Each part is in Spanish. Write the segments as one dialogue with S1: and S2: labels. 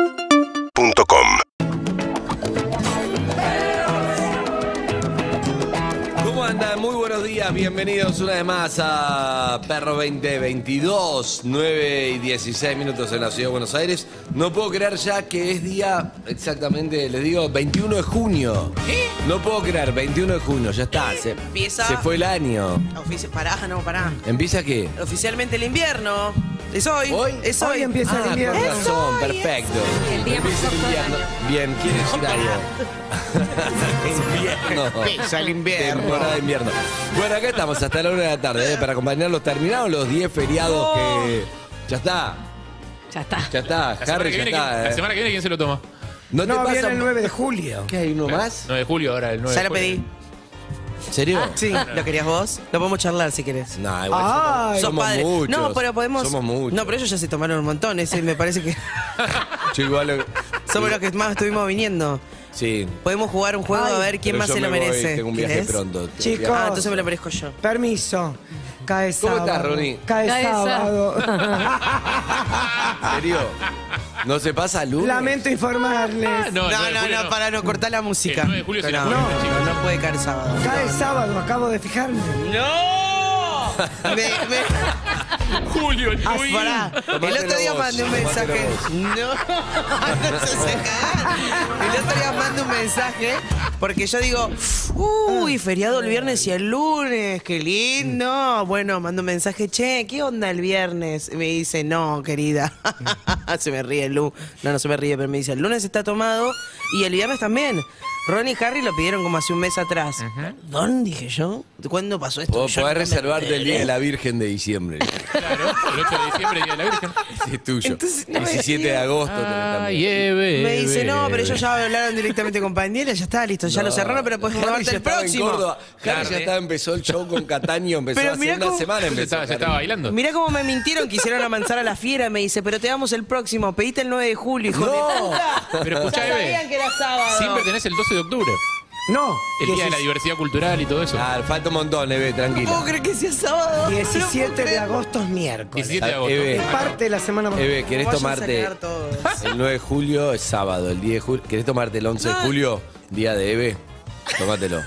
S1: UrbanaPlayFM.com
S2: ¿Cómo andan? Muy buenos días, bienvenidos una vez más a Perro 2022, 9 y 16 minutos en la Ciudad de Buenos Aires. No puedo creer ya que es día, exactamente, les digo, 21 de junio.
S3: ¿Qué?
S2: No puedo creer, 21 de junio, ya está, se,
S3: Empieza-
S2: se fue el año.
S3: Ofici- pará, no, pará.
S2: ¿Empieza qué?
S3: Oficialmente el invierno. Es hoy. Es hoy. Ah,
S2: empieza el invierno.
S3: Es
S2: razón,
S3: hoy,
S2: perfecto.
S4: El día más
S2: Empieza el
S4: corto del
S2: invierno. Bien, ¿quién es Dario? invierno.
S3: pues,
S5: Empieza el invierno.
S2: Temporada de invierno. Bueno, acá estamos hasta la una de la tarde ¿eh? para acompañarlos. Terminaron los 10 feriados que. Ya está,
S4: Ya está.
S2: ya está.
S6: La semana,
S2: Harry,
S6: que
S2: ya
S6: viene,
S2: está.
S6: ¿quién- la
S2: ¿eh?
S6: semana que viene, ¿quién se lo toma?
S2: No, te
S5: No,
S2: pasa.
S5: viene el 9 de julio.
S2: ¿Qué hay uno más?
S6: 9 de julio, ahora el 9
S3: Ya
S6: de
S3: lo
S6: julio.
S3: pedí.
S2: ¿En serio?
S3: Sí, ¿lo querías vos? Lo podemos charlar si querés.
S2: No, igual
S5: Ay.
S2: somos,
S3: Sos
S2: somos
S3: padre.
S2: muchos.
S3: No, pero podemos.
S2: Somos muchos.
S3: No, pero ellos ya se tomaron un montón. Ese me parece que
S2: Yo igual.
S3: somos los que más estuvimos viniendo.
S2: Sí.
S3: Podemos jugar un juego a ver quién
S2: Pero
S3: más
S2: yo
S3: se
S2: me
S3: lo
S2: voy,
S3: merece.
S2: Tengo un viaje
S3: ¿Querés?
S2: pronto. Tengo
S5: Chicos.
S2: viaje.
S3: Ah, entonces me lo merezco yo.
S5: Permiso. Cae
S2: ¿Cómo
S5: sábado.
S2: estás, Ronnie?
S5: Cae,
S4: Cae
S5: sábado.
S2: ¿En serio? ¿No se pasa luz?
S5: Lamento informarles.
S6: Ah,
S3: No,
S6: No, el 9
S3: no,
S6: de
S3: no,
S6: julio no.
S3: pará, no, cortá la música.
S6: El 9 de julio se
S3: no,
S6: la
S3: no,
S6: juegan, chicos.
S3: no puede caer sábado.
S5: Cae sábado, acabo de fijarme.
S3: ¡No! Me- me-
S6: Julio, el
S3: Ah,
S6: Luis.
S3: pará. El
S2: Tomátelo
S3: otro día
S2: vos,
S3: mandé un
S2: tomátelo
S3: mensaje.
S2: vos.
S3: No, no se hace cagar. El otro día mandé un mensaje porque yo digo, uy, feriado el viernes y el lunes, qué lindo. Bueno, mando un mensaje, che, ¿qué onda el viernes? Y me dice, no, querida. Se me ríe Lu. No, no se me ríe, pero me dice, el lunes está tomado y el viernes también. Ron y Harry lo pidieron como hace un mes atrás. ¿Perdón? Dije yo. ¿Cuándo pasó esto?
S2: Vos
S3: Yo
S2: podés
S3: no me
S2: reservarte el día de la Virgen de diciembre.
S6: Claro, el 8 de diciembre, Día de la Virgen.
S2: Ese es tuyo.
S3: Entonces, no me
S2: 17 de
S3: digas.
S2: agosto
S3: Ah,
S2: tenés también.
S3: Me dice, no, pero ellos ya hablaron directamente con Pandela, ya está, listo, ya lo cerraron, pero puedes
S2: Harry
S3: reservarte
S2: ya
S3: el
S2: estaba en
S3: próximo.
S2: Córdoba. Harry ya
S6: Tarde.
S2: estaba, empezó el show con Cataño, empezó
S3: Pero
S2: hace
S3: mirá
S2: una
S3: cómo-
S2: semana.
S6: Se
S2: Empezó
S6: estaba, se
S2: Harry.
S6: estaba bailando.
S3: Mirá cómo me mintieron, quisieron amansar a la fiera, me dice, pero te damos el próximo, pediste el 9 de julio, hijo de
S2: No.
S3: puta.
S6: Pero
S3: Ya
S6: escuchá,
S3: sabían que
S6: Eve.
S3: era sábado.
S6: Siempre tenés el 12 de octubre.
S5: No.
S6: El día de la
S5: 17
S6: diversidad cultural y todo eso.
S2: Ah, falta un montón, Eve,
S3: No puedo
S2: tranquila.
S3: creer que sea sábado. No puedo
S5: 17 de
S3: creer.
S5: agosto es miércoles.
S3: eh,
S6: 17 de agosto.
S2: Eve,
S5: Es parte de la semana
S2: Eve, ¿querés
S3: Vayan a
S2: tomarte
S3: cagar todos.
S2: el 9 de julio? Es sábado. El 10 de julio. ¿Querés tomarte el 11 de
S3: No.
S2: julio? Día de Eve. Tómatelo.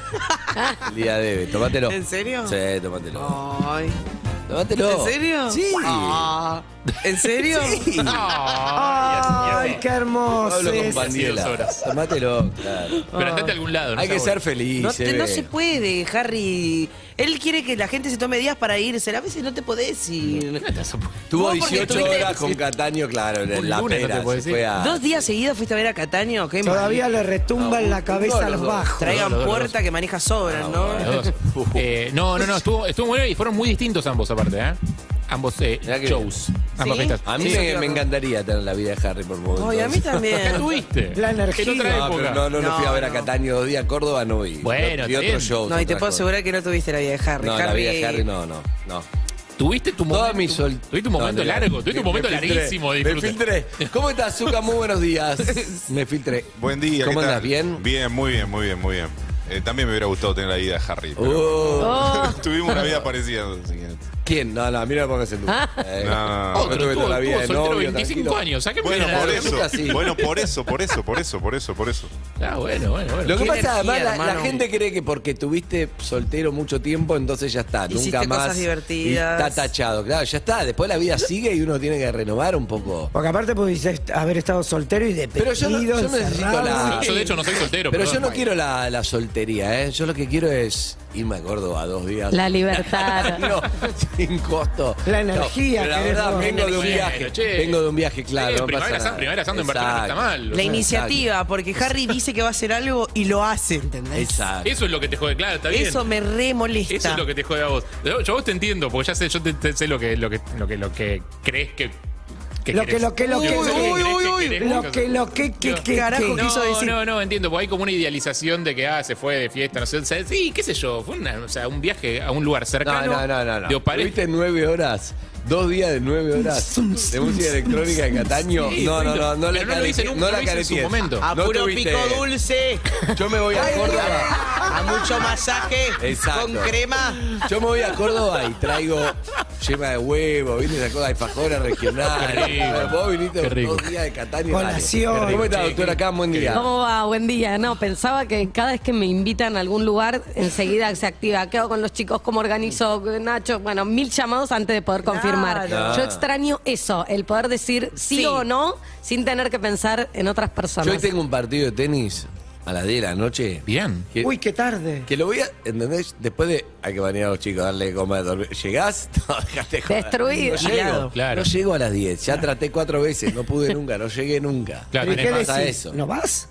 S2: El Día de Eve, tómatelo.
S3: ¿En serio?
S2: Sí, tómatelo.
S3: Ay.
S2: Tómatelo.
S3: ¿En serio?
S2: Sí.
S3: Ah, ¿En serio?
S6: Ah,
S5: Ay, qué hermoso.
S2: Hablo con
S5: es.
S6: Sí, dos
S2: Pandiela.
S6: horas.
S2: Tomátelo, claro.
S6: Pero andate a algún lado, ¿no?
S2: Hay que
S6: seas
S2: ser
S6: boludo.
S2: feliz.
S3: No, te-
S2: Eve.
S3: no se puede, Harry. Él quiere que la gente se tome días para irse. A veces no te podés ir.
S2: Tuvo
S3: Vos porque
S2: 18
S3: estuviste-
S2: horas con Cataño, claro, en
S6: Un
S2: la
S6: lunes no te
S2: pera.
S6: puedo
S2: se
S6: decir.
S2: fue a-
S3: Dos días seguidos fuiste a ver a Cataño. Qué mal.
S5: Todavía le retumba en la cabeza a los
S2: los dos. Ah,
S5: bajos.
S3: Traigan
S6: Los dos, los
S3: puerta que maneja sobras, ¿no?
S6: Los dos. Eh, no, no, no, estuvo, estuvo muy bien y fueron muy distintos ambos aparte, ¿eh? Ambos eh,
S2: Mirá que
S6: shows, ambas
S3: ¿Sí? Ah,
S6: fiestas.
S2: A mí
S6: Sí.
S2: me, me encantaría tener la vida de Harry por momentos.
S3: Ay, a mí
S6: ¿Qué
S3: también.
S6: tuviste?
S5: La
S6: En
S5: energía.
S6: otra
S2: No, pero
S6: época.
S2: no, no, no fui a
S3: No,
S2: ver a
S3: no.
S2: Cataño dos días, Córdoba no vi.
S6: Bueno,
S2: vi
S6: está
S2: otro
S6: bien.
S2: show.
S3: No, y te puedo asegurar que no tuviste la vida de Harry.
S2: No,
S3: Harry...
S2: la vida de Harry no, no, no.
S6: Tuviste tu
S2: Toda
S6: momento.
S2: mi sol...
S6: Tuviste un momento
S2: No, no,
S6: largo, tuviste un
S2: me-
S6: momento
S2: me filtré,
S6: larguísimo de
S2: Me
S6: disfrute.
S2: filtré. ¿Cómo estás, Zuka? Muy buenos días. Me filtré.
S7: Buen día,
S2: ¿Cómo
S7: ¿qué
S2: andas?
S7: tal?
S2: ¿Bien?
S7: Bien, muy bien, muy bien, muy bien. Eh, también me hubiera gustado tener la vida de Harry. pero
S2: Oh,
S7: tuvimos una vida parecida. así que-
S2: ¿Quién? No, no, mira, no pongas en duda. Eh,
S7: No,
S2: yo
S7: no, no.
S2: tuve
S6: Otro,
S2: toda
S6: tuvo,
S2: la vida
S6: tuvo
S2: de
S6: soltero
S2: novio,
S6: 25
S2: tranquilo.
S6: años. ¿A qué
S7: Bueno,
S6: me-
S7: por
S2: Claro, nunca
S7: eso.
S2: sí.
S7: Bueno, por eso, por eso, por eso, por eso, por eso.
S6: Ah, bueno, bueno, bueno.
S2: Lo que
S3: Qué
S2: pasa, además, la-
S3: energía,
S2: la,
S3: hermano.
S2: gente cree que porque tuviste soltero mucho tiempo, entonces ya está,
S3: Hiciste
S2: nunca más.
S3: cosas divertidas.
S2: y Está tachado, claro, ya está. Después la vida sigue y uno tiene que renovar un poco.
S5: Porque aparte pudiste haber estado soltero y
S2: Pero
S5: dependido.
S2: yo no- yo no necesito
S5: encerrado.
S2: la-
S6: Yo, de hecho no soy soltero.
S2: Pero yo
S6: perdón.
S2: no quiero la, la soltería, ¿eh? Yo lo que quiero es irme a Córdoba dos días.
S4: La libertad.
S2: No, sin costo.
S5: La
S2: No,
S5: energía
S2: pero la
S5: que
S2: verdad,
S5: eres vos.
S2: vengo de un
S6: Bueno,
S2: viaje.
S6: che.
S2: Vengo de un viaje, claro.
S6: Sí,
S2: no
S6: primavera,
S2: pasa
S6: San-
S2: nada.
S6: primavera Santo en Barcelona no está
S2: Exacto.
S6: mal. o
S3: La
S6: sea,
S3: iniciativa, porque Harry dice que va a hacer algo y lo hace, ¿entendés?
S2: Exacto.
S6: Eso es lo que te jode, claro, está bien.
S3: Eso me re molesta.
S6: Eso es lo que te jode a vos. Yo, yo a vos te entiendo, porque ya sé, yo te, te sé lo que, lo que, lo que, lo que crees que.
S5: Lo
S6: querés.
S5: que- lo que- lo
S6: Yo
S5: que-
S6: sé
S5: uy,
S6: crees
S3: uy, uy.
S6: querés,
S5: Lo
S6: vos.
S5: que, lo que, que,
S6: No.
S5: que,
S3: Carajo,
S5: que-
S3: quiso
S6: No,
S3: decir-
S6: no, no, entiendo, porque hay como una idealización de que ah, se fue de fiesta, no sé, o sea, sí, qué sé yo, fue una- o sea, un viaje a un lugar
S2: No,
S6: cercano.
S2: no, no, no. no.
S6: de Opare-
S2: ¿Tuviste nueve horas? Dos días de nueve horas de música electrónica de Cataño.
S6: Sí,
S2: No, no, no, no, la
S6: pero no lo hice
S2: carete-
S6: nunca,
S2: no
S6: lo
S2: la
S6: hice en su
S2: caretees.
S6: momento.
S3: A
S2: No
S3: puro
S2: tuviste-
S3: pico dulce.
S2: Yo me voy a Córdoba.
S3: a mucho masaje
S2: Exacto.
S3: con crema.
S2: Yo me voy a Córdoba y traigo yema de huevo, ¿viste? Esa cosa de alfajores regionales.
S6: Qué rico.
S2: Vos viniste
S6: Qué rico.
S2: dos días de Catania.
S5: Colación.
S2: Dale. ¿Cómo está,
S6: Qué rico.
S2: doctora Cam? Buen día.
S4: ¿Cómo va? Buen día. No, pensaba que cada vez que me invitan a algún lugar, enseguida se activa. ¿Qué hago con los chicos? ¿Cómo organizo? Nacho, bueno, mil llamados antes de poder confirmar.
S2: Claro.
S4: Yo extraño eso, el poder decir sí,
S3: Sí.
S4: o no sin tener que pensar en otras personas.
S2: Yo hoy tengo un partido de tenis a las 10 de la noche.
S6: Bien.
S2: Que,
S5: Uy, qué tarde.
S2: que lo voy a, ¿entendés? Después de, hay que bañar a los chicos, darle de comer, dormir. ¿Llegás? No, dejate de joder.
S4: Destruido.
S2: No llego,
S3: Hilado.
S6: Claro.
S2: no llego a las 10. Ya traté cuatro veces, no pude nunca, no llegué nunca.
S6: Claro,
S5: ¿Pero
S6: tenés
S5: qué
S2: más a
S5: decís?
S2: eso.
S5: ¿No vas?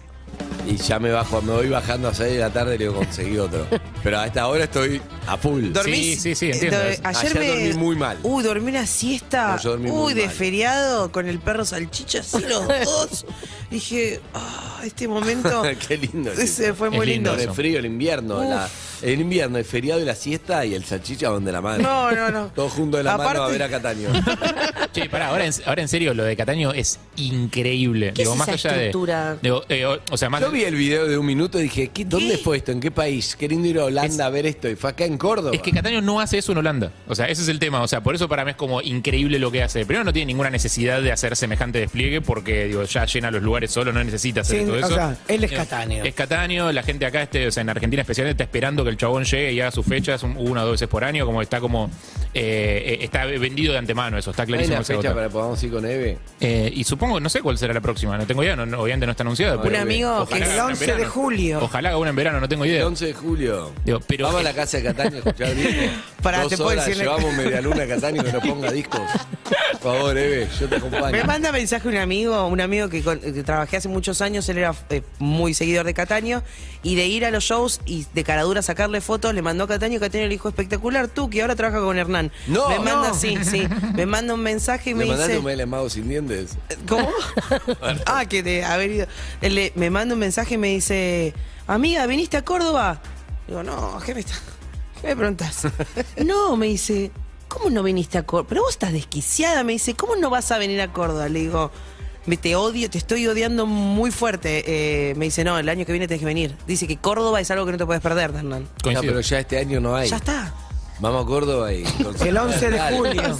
S2: Y ya me bajo, me voy bajando a 6 de la tarde y le digo, conseguí otro. Pero a esta hora estoy a full.
S3: ¿Dormís?
S6: sí, sí, entiendo.
S3: Eh, do- Ayer,
S2: Ayer
S3: me...
S2: dormí muy mal.
S3: Uy, dormí una siesta.
S2: No, yo dormí muy
S3: Uy, de
S2: mal.
S3: feriado con el perro salchicha, así los dos. Dije, ah, este momento.
S2: Qué lindo.
S3: Ese fue
S6: Es
S3: muy
S6: lindo
S3: lindo.
S2: El
S6: Eso.
S2: frío, el invierno,
S3: Uf.
S2: la- el invierno, el feriado y la siesta y el salchicha donde la madre.
S3: No, no, no.
S2: Todos juntos de la mano a
S3: Aparte-
S2: ver a Cataño.
S6: Che, pará, ahora en, ahora en serio, lo de Cataño es increíble.
S3: ¿Qué es
S6: más
S3: esa
S6: allá de-
S3: estructura?
S6: digo, eh, o, o sea, más
S2: Yo vi el video de un minuto y dije, ¿qué- ¿dónde fue esto? ¿En qué país? Queriendo ir a Holanda a ver esto. Y fue acá en Córdoba.
S6: Es que Cataño no hace eso en Holanda. O sea, ese es el tema. O sea, por eso para mí es como increíble lo que hace. Primero no tiene ninguna necesidad de hacer semejante despliegue porque digo, ya llena los lugares solo, no necesita hacer
S5: Sí,
S6: todo
S5: o
S6: eso.
S5: sea, él es
S6: Eh,
S5: Cataño.
S6: Es Cataño, la gente acá, este, o sea, en Argentina especialmente, está esperando que el chabón llegue y haga sus fechas un- una o dos veces por año, como está como eh, eh, está vendido de antemano eso, está
S2: ¿Hay
S6: clarísimo
S2: una
S6: ese
S2: fecha
S6: voto.
S2: para que podamos ir con Eve?
S6: Eh, y supongo, no sé cuál será la próxima, no tengo idea, no, no, obviamente no está anunciada.
S2: Un
S6: pero-
S3: amigo
S6: ojalá
S3: que-
S6: haga
S5: El
S6: una en
S5: 11 de
S6: verano.
S5: julio.
S6: Ojalá haga una en verano, no tengo
S2: El
S6: idea.
S2: 11 de julio.
S6: Digo, pero-
S2: Vamos a la casa de Cataño a escuchar discos.
S3: Pará,
S2: Dos
S3: te puedo
S2: horas,
S3: decirle-
S2: Llevamos media luna a Cataño que nos ponga discos. Por favor, Eve, yo te acompaño.
S3: Me manda mensaje un amigo, un amigo que, con- que trabajé hace muchos años, él era eh, muy seguidor de Cataño, y de ir a los shows y de caradura sacarle fotos, le mandó a Cataño, Cataño le dijo, espectacular, tú que ahora trabaja con Hernán.
S2: No.
S3: me manda,
S2: No.
S3: sí, sí, me manda un mensaje y
S2: ¿Le
S3: me
S2: mandaste
S3: dice...
S2: un mail a Mago sin dientes?
S3: ¿Cómo? ah, que de haber ido. Él le- me manda un mensaje y me dice, amiga, ¿viniste a Córdoba? Digo, no, ¿qué me, está, qué me preguntás? no, me dice, ¿cómo no viniste a Córdoba? Pero vos estás desquiciada, me dice, ¿cómo no vas a venir a Córdoba? Le digo, me te odio, te estoy odiando muy fuerte. Eh, me dice, no, el año que viene tenés que venir. Dice que Córdoba es algo que no te puedes perder, Hernán.
S2: No,
S6: Coincido.
S2: pero ya este año no hay.
S3: Ya está.
S2: Vamos a Córdoba y...
S5: El 11 de
S2: Dale.
S5: julio.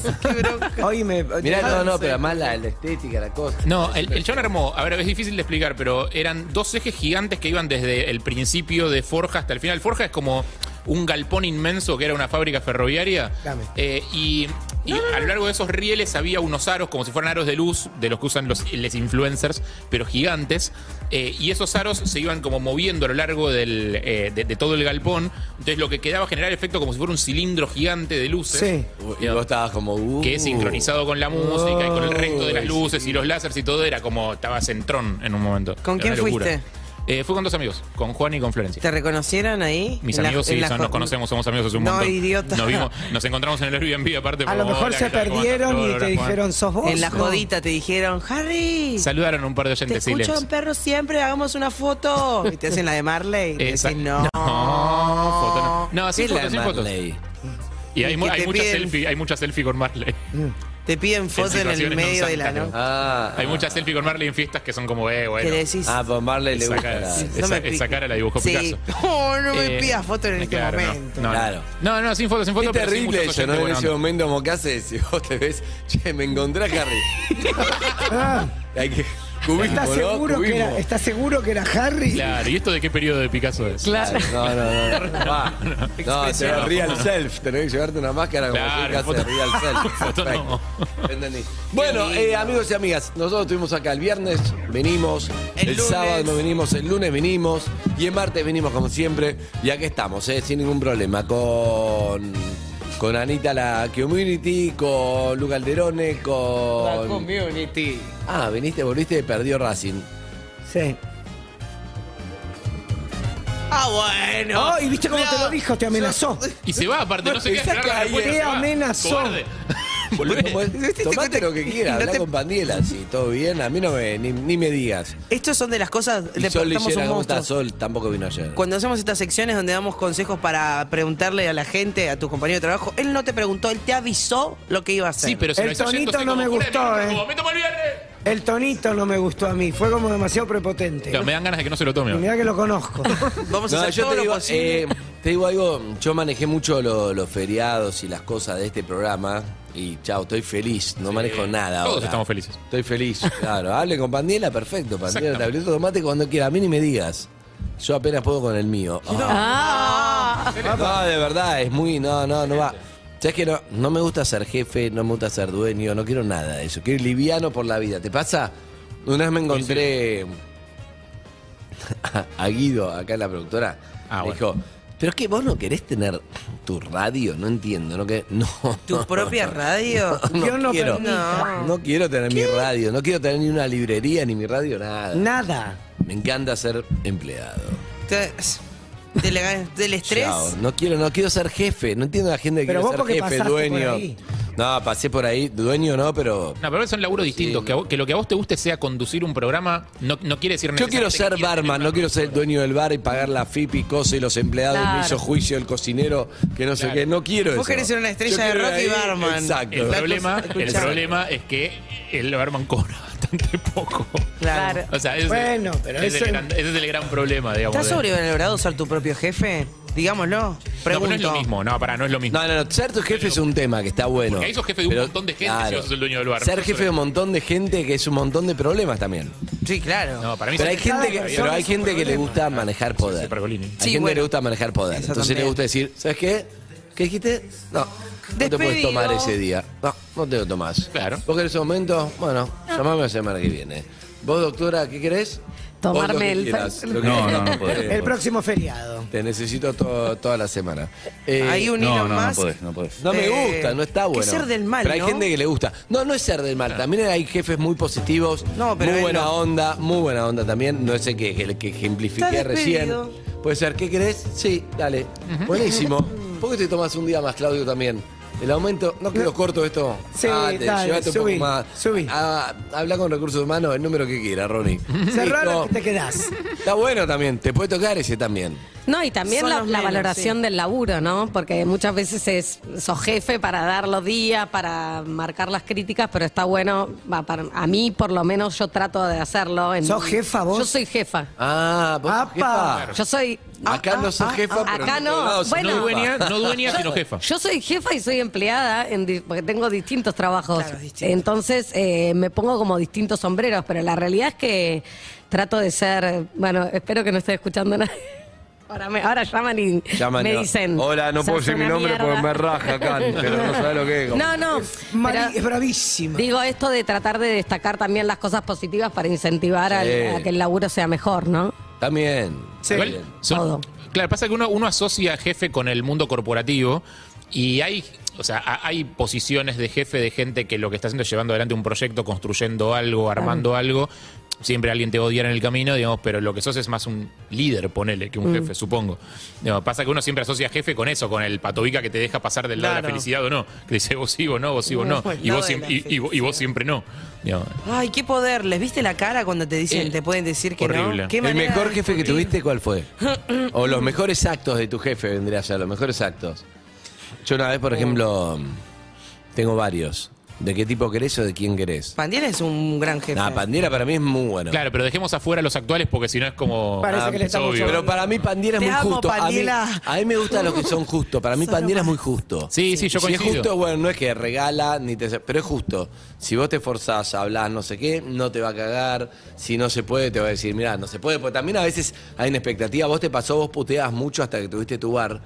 S5: Hoy me.
S2: Mirá, no, no, pero además la, la estética, la cosa.
S6: No, el, el chabón armó, a ver, es difícil de explicar, pero eran dos ejes gigantes que iban desde el principio de Forja hasta el final. Forja es como un galpón inmenso que era una fábrica ferroviaria.
S5: Dame.
S6: Eh, y y a lo largo de esos rieles había unos aros, como si fueran aros de luz, de los que usan los les influencers, pero gigantes. Eh, y esos aros se iban como moviendo a lo largo del, eh, de, de todo el galpón. Entonces lo que quedaba generar efecto como si fuera un cilindro gigante de luces
S5: Sí.
S2: Y vos estabas como... uh,
S6: que es sincronizado con la música y con el resto de las luces y los láseres y todo, era como estaba centrón en un momento.
S3: ¿Con
S6: Era
S3: quién
S6: una locura.
S3: fuiste?
S6: Eh, fui con dos amigos, con Juan y con Florencia.
S3: ¿Te reconocieron ahí?
S6: Mis
S3: En la-
S6: amigos sí,
S3: en la
S6: son-
S3: jo-
S6: nos conocemos, somos amigos hace un
S3: No,
S6: montón.
S3: idiota.
S6: Nos, vimos, nos encontramos en el Airbnb aparte.
S5: A
S6: fue
S5: lo
S6: como,
S5: mejor
S6: "Hola,
S5: se
S6: ¿qué tal? ¿Cómo andas?
S5: perdieron
S6: Hola,
S5: y
S6: hola,
S5: te
S6: Juan".
S5: dijeron, sos vos.
S3: En la
S5: No.
S3: jodita te dijeron, Harry.
S6: Saludaron un par de
S3: Te
S6: oyentes
S3: escucho
S6: silentes.
S3: en perro siempre, hagamos una foto. Y te hacen la de Marley. Y te
S6: Esa-
S3: decís, no.
S6: foto no. No, sin
S2: ¿Qué es la
S6: fotos, sin fotos.
S2: Marley?
S6: Y hay,
S3: Y
S6: mu-
S3: que
S6: hay
S3: te
S6: muchas
S3: piden-
S6: selfie, hay muchas selfie con Marley.
S3: Te piden foto en,
S6: situaciones
S3: el
S6: no
S3: medio de la
S6: santas,
S3: noche.
S2: Ah,
S6: Hay muchas selfie con Marley en fiestas que son como, eh,
S3: Que
S6: bueno.
S3: le decís.
S2: ah, pues Marley le
S6: esa
S2: gusta.
S6: cara-
S2: la-
S6: esa-
S3: me
S6: esa
S3: piques.
S6: cara la dibujó
S3: sí.
S6: Picasso.
S3: Oh, no me
S6: Eh,
S3: pidas foto en este
S6: claro, no.
S3: momento.
S6: No, no.
S2: Claro.
S6: No, no, sin fotos, sin fotos.
S2: Es
S6: pero sí
S2: terrible
S6: muchos
S2: eso, ¿no?
S6: oyentes
S2: En
S6: buena
S2: ese
S6: onda.
S2: momento como que haces, si vos te ves, che, me encontré a Harry. Hay que...
S6: Ah.
S2: Cubismo,
S5: ¿Estás
S2: ¿no?
S5: seguro, que era,
S2: Cubismo.
S5: ¿Estás seguro que era Harry?
S6: Claro, ¿y esto de qué periodo de Picasso es?
S4: Claro.
S2: No, no, no. No, va. no, te
S6: Expresión.
S2: da real self. Tenés que llevarte una máscara como
S6: Claro,
S2: claro,
S6: foto-
S2: hace real self.
S6: foto no.
S2: Perfecto. Entendí. Bueno, eh, amigos y amigas, nosotros estuvimos acá el viernes, venimos, el,
S3: El lunes.
S2: sábado no venimos, el lunes venimos y el martes venimos como siempre. Y aquí estamos, eh, sin ningún problema, con. Con Anita la Community, con Luca Alderone, con.
S3: community.
S2: Ah, viniste, volviste y perdió Racing.
S5: Sí.
S3: Ah, bueno.
S5: Oh, y viste cómo te lo dijo, te amenazó.
S6: Y se va, aparte, no,
S2: No,
S6: sé qué
S2: pensá
S6: esperar
S2: que
S6: la
S2: ahí
S6: respuesta,
S5: es.
S6: se va.
S5: amenazó.
S6: Cobarde. Volvé.
S2: Tomate lo que quieras,
S3: No
S2: habla
S3: te-
S2: con Pandela, si todo bien, a mí no me, ni, ni me digas.
S3: Estos son de las cosas.
S2: Y
S3: le
S2: Sol
S3: preguntamos
S2: Lillera,
S3: un
S2: ¿cómo está
S3: monstruo.
S2: Sol? Tampoco vino ayer.
S3: Cuando hacemos estas secciones donde damos consejos para preguntarle a la gente, a tus compañeros de trabajo, él no te preguntó, él te avisó lo que iba a hacer.
S6: Sí, pero se
S5: El
S6: me está yendo
S5: tonito
S6: así
S5: no
S6: como
S5: me
S6: fuera de
S5: gustó,
S6: micrófono,
S5: eh.
S6: como, "Me tomo el viernes".
S5: El tonito no me gustó a mí, fue como demasiado prepotente.
S6: Claro, me dan ganas de que no se lo tome.
S5: Mirá que lo conozco.
S3: Vamos a
S2: No,
S3: hacer
S2: yo
S3: todo
S2: te
S3: lo
S2: digo,
S3: posible.
S2: eh, te digo algo, yo manejé mucho lo- los feriados y las cosas de este programa y chao, estoy feliz, no manejo nada.
S6: Todos
S2: ahora.
S6: estamos felices.
S2: Estoy feliz, claro. Hable con Pandiela, perfecto. Pandiela,
S6: Exactamente.
S2: tableto de tomate cuando quiera. A mí ni me digas. Yo apenas puedo con el mío. Ah.
S4: Ah,
S2: No, de verdad, es muy. No, no, no va. ¿Sabes que no, no me gusta ser jefe, no me gusta ser dueño, no quiero nada de eso. Quiero ir liviano por la vida. ¿Te pasa? Una vez me encontré a Guido, acá en la productora.
S6: Ah,
S2: me
S6: bueno.
S2: dijo, ¿pero qué? ¿Vos no querés tener tu radio? No entiendo, ¿no? Que, no.
S3: ¿Tu propia radio?
S2: No
S5: Dios no
S2: quiero,
S5: permita.
S2: no quiero tener mi radio, no quiero tener ni una librería, ni mi radio, nada.
S5: Nada.
S2: Me encanta ser empleado.
S3: Te- Del, del estrés.
S2: Chao. No quiero, no quiero ser jefe. No entiendo a la gente que
S5: Pero vos
S2: quiere ser
S5: porque
S2: jefe,
S5: pasaste
S2: dueño.
S5: por ahí.
S2: No, pasé por ahí, dueño no, pero.
S6: No, pero son laburos distintos. Que, a vos- que lo que a vos te guste sea conducir un programa, no, no quiere decir
S2: Yo quiero
S6: necesariamente
S2: ser
S6: que quieras tener
S2: barman,
S6: una
S2: no quiero ser el dueño del bar y pagar la FIP y cosas y los empleados y me
S4: Claro.
S2: hizo juicio el cocinero que no sé qué. No quiero
S3: Vos
S2: eso.
S3: querés ser una estrella
S2: Yo
S3: de
S2: quiero
S3: rock y
S2: ir ahí-
S3: barman.
S2: Exacto.
S6: El
S3: La
S6: problema,
S3: cosa-
S6: el
S3: escuchá.
S6: problema es que el barman cobra bastante poco.
S3: Claro.
S4: claro.
S6: O sea, ese-
S5: Bueno, pero
S6: ese, es
S5: eso-
S6: el gran, ese es el gran problema, digamos.
S3: ¿Estás
S6: de-
S3: sobrevalorado ser tu propio jefe? Digámoslo.
S6: No, pero
S3: Pregunto.
S6: no es lo mismo, no, pará, no es lo mismo.
S2: No, no, no. Ser tu jefe es un tema que está bueno.
S6: Porque ahí sos jefe de un montón de gente, si vos sos el dueño del bar.
S2: Ser
S6: Eso
S2: jefe
S6: es.
S2: de un montón de gente que es un montón de problemas también.
S3: Sí, claro.
S6: No, para mí
S2: Pero
S6: sí.
S2: hay gente que,
S5: cada persona
S2: pero hay
S5: es un
S2: gente que le
S5: problema.
S2: gusta manejar
S6: Sí,
S2: poder.
S6: Pergolini.
S2: Hay gente que
S3: bueno.
S2: le gusta manejar poder.
S3: Eso
S2: Entonces le
S3: también.
S2: gusta decir, ¿sabes qué? ¿Qué dijiste? No. No te puedes
S3: Despedido.
S2: tomar ese día. No, no te lo tomás.
S6: Claro.
S2: Vos querés un momento, bueno, llamame la semana que viene. Vos, doctora, ¿qué querés? Vos
S4: Tomarme
S2: lo que
S4: el-
S2: quieras, lo que
S1: No,
S2: quieras.
S1: no, no podés.
S5: El próximo feriado.
S2: Te necesito to- toda la semana. Eh,
S3: Hay un
S1: No,
S3: hilo
S1: no, no
S3: más.
S1: podés, no podés.
S2: no me
S3: Eh,
S2: gusta, no está
S3: que
S2: bueno.
S3: ser del mal,
S2: Pero hay
S3: ¿no?
S2: gente que le gusta. No, no es ser del mal. También hay jefes muy positivos,
S3: No, pero
S2: muy
S3: él
S2: buena
S3: no.
S2: onda, muy buena onda también. No es el que, el que ejemplifiqué
S3: Está
S2: recién.
S3: despedido.
S2: Puede ser, ¿qué querés? Sí, dale. Buenísimo. ¿Por qué te tomas un día más, Claudio, también? El aumento, no quiero corto esto.
S5: Sí,
S2: Ah, te-
S5: dale,
S2: llévate un
S5: subí,
S2: poco más.
S5: subí.
S2: Ah, habla con recursos humanos, el número que quiera, Ronnie.
S5: Cerrar
S2: Listo.
S5: o te quedás.
S2: Está bueno también, te puede tocar ese también.
S4: No, y también
S3: Son
S4: la,
S3: los
S4: la
S3: menos,
S4: valoración del laburo, ¿no? Porque muchas veces es, sos jefe para dar los días, para marcar las críticas, pero está bueno, va, para- a mí por lo menos yo trato de hacerlo. en-
S5: ¿Sos jefa vos?
S4: Yo soy jefa.
S2: Ah, vos,
S5: Apa.
S2: jefa.
S4: Yo soy... Ah,
S2: Acá no sos jefa, pero
S4: acá
S2: en
S4: no.
S2: otro lado sos
S4: Bueno.
S6: No
S2: jefa.
S6: dueña, no dueña sino jefa.
S4: Yo soy jefa y soy empleada, en di- porque tengo distintos trabajos.
S3: Claro, distinto.
S4: Entonces eh, me pongo como distintos sombreros, pero la realidad es que trato de ser, bueno, espero que no esté escuchando nadie. Ahora, me, ahora llaman y
S2: Llaman,
S4: me
S2: no.
S4: dicen.
S2: Hola, no puedo
S4: "Sos
S2: decir mi
S4: una
S2: nombre
S4: mierda".
S2: porque me raja acá, pero no sabe lo que es.
S4: No, no.
S5: Mari-
S4: pero
S5: es bravísima.
S4: digo esto de tratar de destacar también las cosas positivas para incentivar al-
S2: Sí.
S4: a que el laburo sea mejor, ¿no?
S2: También.
S6: Igual son-
S4: Todo.
S6: Claro, pasa que uno, uno asocia jefe con el mundo corporativo y hay, o sea, ha- hay posiciones de jefe de gente que lo que está haciendo es llevando adelante un proyecto, construyendo algo, armando algo. Siempre alguien te odia en el camino, digamos, pero lo que sos es más un líder, ponele, que un jefe, supongo. Digamos, pasa que uno siempre asocia jefe con eso, con el patobica que te deja pasar del lado de la
S3: Claro.
S6: felicidad o no. Que dice vos sí, vos no, vos sí, vos no.
S3: No, el
S6: Y
S3: lado
S6: vos,
S3: de
S6: siem-
S3: la
S6: y- y vos- y vos siempre no. Digamos,
S3: Ay, qué poder. ¿Les viste la cara cuando te dicen,
S6: Eh,
S3: te pueden decir que
S6: horrible.
S3: no? ¿Qué
S2: ¿El
S3: manera
S2: mejor
S3: de
S2: jefe que
S3: discutir?
S2: tuviste cuál fue? O los mejores actos de tu jefe vendría a ser, los mejores actos. Yo una vez,
S4: Uh.
S2: por ejemplo, tengo varios. ¿De qué tipo querés o de quién querés?
S3: Pandiela es un gran jefe.
S2: Nah, Pandiera para mí es muy bueno.
S6: Claro, pero dejemos afuera los actuales porque si no es como. Ah,
S5: Parece que le
S6: es
S5: estamos
S6: obvio.
S5: llevando-
S2: Pero para mí Pandiera es
S3: Te
S2: muy
S3: amo,
S2: justo. A mí,
S3: Pandiela.
S2: a mí me gusta los que son justos. Para mí Pandiera es muy justo.
S6: Sí, sí, yo
S2: si es
S6: coincido.
S2: justo, bueno, no es que regala, ni te, pero es justo. Si vos te forzás, hablás, no sé qué, no te va a cagar. Si no se puede, te va a decir, mirá, no se puede. Porque también a veces hay una expectativa. Vos te pasó, vos puteabas mucho hasta que tuviste tu bar.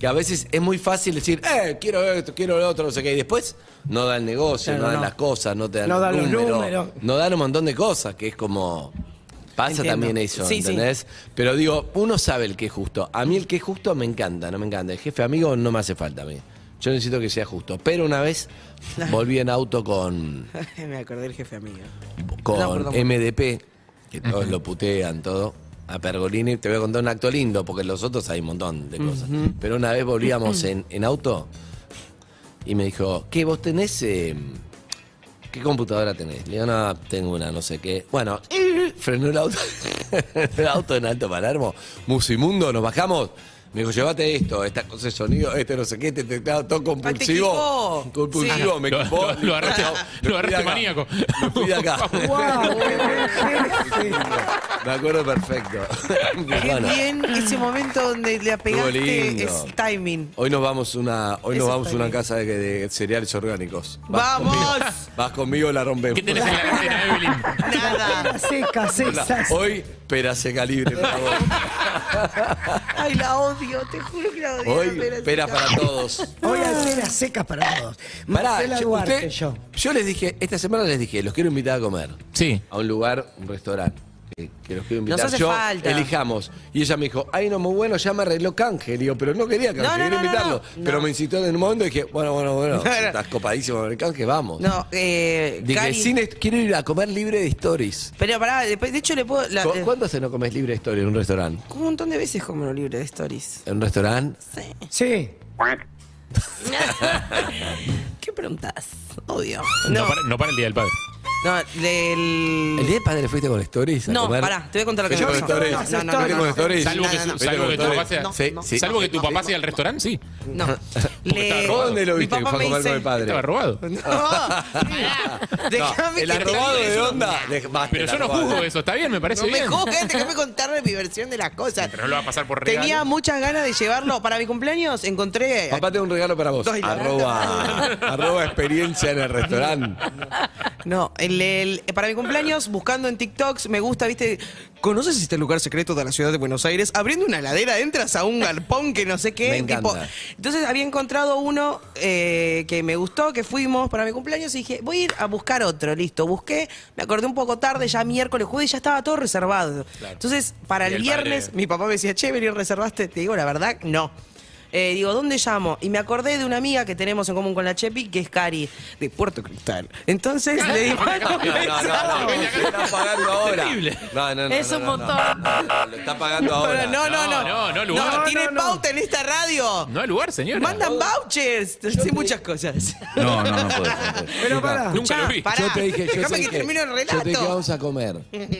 S2: Que a veces es muy fácil decir, eh, quiero esto, quiero lo otro, no sé qué. Y después no da el negocio,
S5: Claro,
S2: no dan
S5: no.
S2: las cosas, no te dan,
S5: No
S2: los
S5: dan los
S2: números,
S5: números.
S2: No dan un montón de cosas, que es como... Pasa
S3: Entiendo.
S2: también eso,
S3: Sí, sí.
S2: ¿entendés? Pero digo, uno sabe el que es justo. A mí el que es justo me encanta, no me encanta. El jefe amigo no me hace falta a mí. Yo necesito que sea justo. Pero una vez volví en auto con,
S3: Me acordé del jefe amigo.
S2: con
S3: No, perdón.
S2: MDP, que todos lo putean, todo. A Pergolini, te voy a contar un acto lindo, porque los otros hay un montón de cosas. Pero una vez volvíamos en, en auto y me dijo, ¿qué vos tenés? eh, ¿Qué computadora tenés? Le digo, no, tengo una, no sé qué. Bueno, frenó el auto, el auto en Alto Palermo, Musimundo, nos bajamos Me dijo, llévate esto, esta cosa de sonido, este no sé qué, este teclado, todo compulsivo.
S3: equipó.
S2: compulsivo,
S6: Sí.
S2: me
S6: Lo-
S2: equipó.
S6: lo- lo agarraste-
S2: Me fui
S6: lo
S2: de
S6: agarraste
S2: acá.
S6: maníaco.
S2: Me fui de acá.
S5: ¡Wow! Sí,
S2: Me acuerdo perfecto.
S3: Qué
S2: Bueno,
S3: bien ese momento donde le apegaste
S2: lindo.
S3: es timing.
S2: Hoy nos vamos una, hoy nos
S3: Eso
S2: vamos a
S3: está
S2: una
S3: bien.
S2: casa de, de cereales orgánicos.
S3: ¡Vamos!
S2: conmigo. Vas conmigo, la rompemos.
S6: ¿Qué tenés en la cartera, Evelyn?
S3: Nada.
S5: sí. Seca, seca.
S2: Hoy, pera seca libre, por favor.
S3: Ay, la odio, te juro que la odio.
S2: Hoy,
S3: pero sí,
S2: pera
S3: no.
S2: para todos.
S5: Hoy hay peras secas para todos.
S2: Pará,
S5: Marcela
S2: yo-
S5: Duarte,
S2: usted-
S5: yo.
S2: yo les dije, esta semana les dije, los quiero invitar a comer.
S6: Sí.
S2: A un lugar, un restaurante. Que, que los quiero invitar.
S3: Nos hace
S2: yo
S3: falta.
S2: elijamos. Y ella me dijo, ay no, muy bueno, ya me arregló canje. Le digo, pero no quería canje,
S3: No, no,
S2: quería
S3: no, no,
S2: invitarlo.
S3: no.
S2: Pero
S3: No.
S2: me insistió en un momento y dije, bueno, bueno, bueno, si estás copadísimo con el canje, vamos.
S3: No, eh.
S2: Dije,
S3: Cari,
S2: "Sin est- quiero ir a comer libre de stories.
S3: Pero pará, después, de hecho le puedo. la-
S2: ¿Cu-
S3: eh,
S2: ¿Cuánto hace no comes libre de stories en un restaurante?
S3: un montón de veces como lo libre de stories.
S2: ¿En un restaurante?
S3: Sí.
S5: Sí.
S3: ¿Qué preguntas? Odio.
S6: No.
S3: No,
S6: para, no para el Día del Padre.
S3: no, del.
S2: ¿El día de padre fuiste con stories? a
S3: No,
S2: comer?
S3: pará, te voy a contar lo que
S2: ¿Fuiste
S3: me
S2: con
S3: pasó.
S2: stories?
S3: No, no, no,
S2: ¿Fuiste
S3: no,
S2: con
S3: no.
S2: stories?
S6: Salvo que,
S3: no, no,
S2: ¿Fuiste
S6: salvo
S2: con
S6: que tu
S2: stories?
S6: papá sea,
S3: No,
S2: Sí,
S3: no.
S2: sí.
S6: salvo que tu papá sea al restaurante, sí.
S3: No.
S6: estaba
S3: Le...
S6: robado.
S2: ¿Dónde lo
S3: Eh, Mi
S2: viste? Fue
S3: papá
S2: a
S3: me
S2: comer con el
S3: dice-
S2: padre.
S6: Estaba robado.
S3: No,
S2: No,
S3: déjame
S2: el
S3: que te
S2: arrobado
S3: diga
S2: de
S3: eso.
S2: onda. le- basta,
S6: Pero
S2: el
S6: yo no
S2: arrobado.
S6: juzgo eso, está bien, me parece
S3: No me
S6: bien.
S3: juzgues, déjame contarle mi versión de las cosas.
S6: Pero no lo va a pasar por regalo.
S3: Tenía muchas ganas de llevarlo. Para mi cumpleaños encontré.
S2: Papá, tengo un regalo para vos.
S3: Estoy
S2: Arroba, arroba experiencia en el restaurante.
S3: No, el, el- para mi cumpleaños, buscando en TikToks, me gusta, viste. ¿Conoces este lugar secreto de la ciudad de Buenos Aires? Abriendo una ladera, entras a un galpón que no sé qué.
S2: Me encanta.
S3: entonces había encontrado uno eh, que me gustó, que fuimos para mi cumpleaños y dije, voy a ir a buscar otro. Listo, busqué, me acordé un poco tarde, ya miércoles, jueves, ya estaba todo reservado. Entonces, para
S6: Y
S3: el,
S6: el
S3: viernes,
S6: padre-
S3: mi papá me decía, che, vení, reservaste. Te digo, la verdad, no. Eh, digo, ¿dónde llamo? Y me acordé de una amiga que tenemos en común con la Chepi, que es Cari, de Puerto Cristal. Entonces le digo,
S2: No, no, no, no. Se está pagando ahora.
S6: Terrible.
S2: No, no, no.
S4: Es
S2: no,
S4: un
S2: no, no,
S4: montón.
S2: no, no, Lo está pagando ahora.
S3: no, no, no,
S6: No, no, no, lugar. No,
S3: tiene
S5: no, no.
S3: pauta en esta radio.
S6: No hay lugar, señora.
S3: Mandan vouchers. Sí, muchas cosas.
S1: No, no, no puede ser.
S5: Pero pará.
S6: Nunca lo vi.
S3: pará.
S2: Yo te dije, yo te
S3: Déjame que
S2: dije,
S3: termine el
S2: Yo te dije,
S3: relato.
S2: vamos a comer.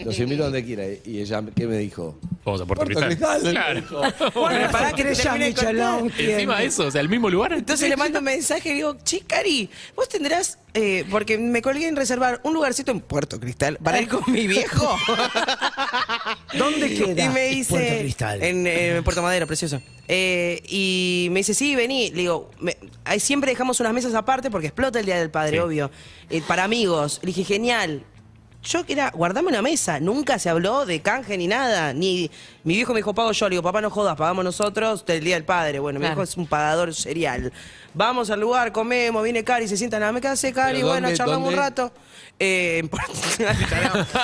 S2: Los invito a donde quiera. Y ella, ¿qué me dijo?
S6: Vamos a Puerto Cristal.
S2: Claro.
S3: pará
S5: Bueno, para
S3: que
S5: que
S3: te termine de contar.
S5: Michelin tiene.
S6: Encima de eso, o sea, el mismo lugar.
S3: Entonces le mando un mensaje y digo, che, Cari, vos tendrás, eh, porque me colgué en reservar un lugarcito en Puerto Cristal para ir con mi viejo.
S5: ¿Dónde queda?
S3: Y me dice.
S5: Puerto Cristal.
S3: En, eh, Puerto Madero, precioso. Eh, y me dice, sí, vení. Le digo, me- ahí siempre dejamos unas mesas aparte porque explota el Día del Padre,
S6: Sí.
S3: obvio. Eh, para amigos. Le dije, genial. Yo que era, guardame una mesa. Nunca se habló de canje ni nada. Ni mi viejo me dijo, pago yo. Le digo, papá, no jodas, pagamos nosotros del Día del Padre. Bueno, mi
S4: Claro.
S3: viejo es un pagador serial. Vamos al lugar, comemos, viene Cari, se sienta en la mesa, hace Cari,
S2: ¿Pero
S3: bueno,
S2: dónde-
S3: charlamos
S2: dónde?
S3: un rato. Eh, en Puerto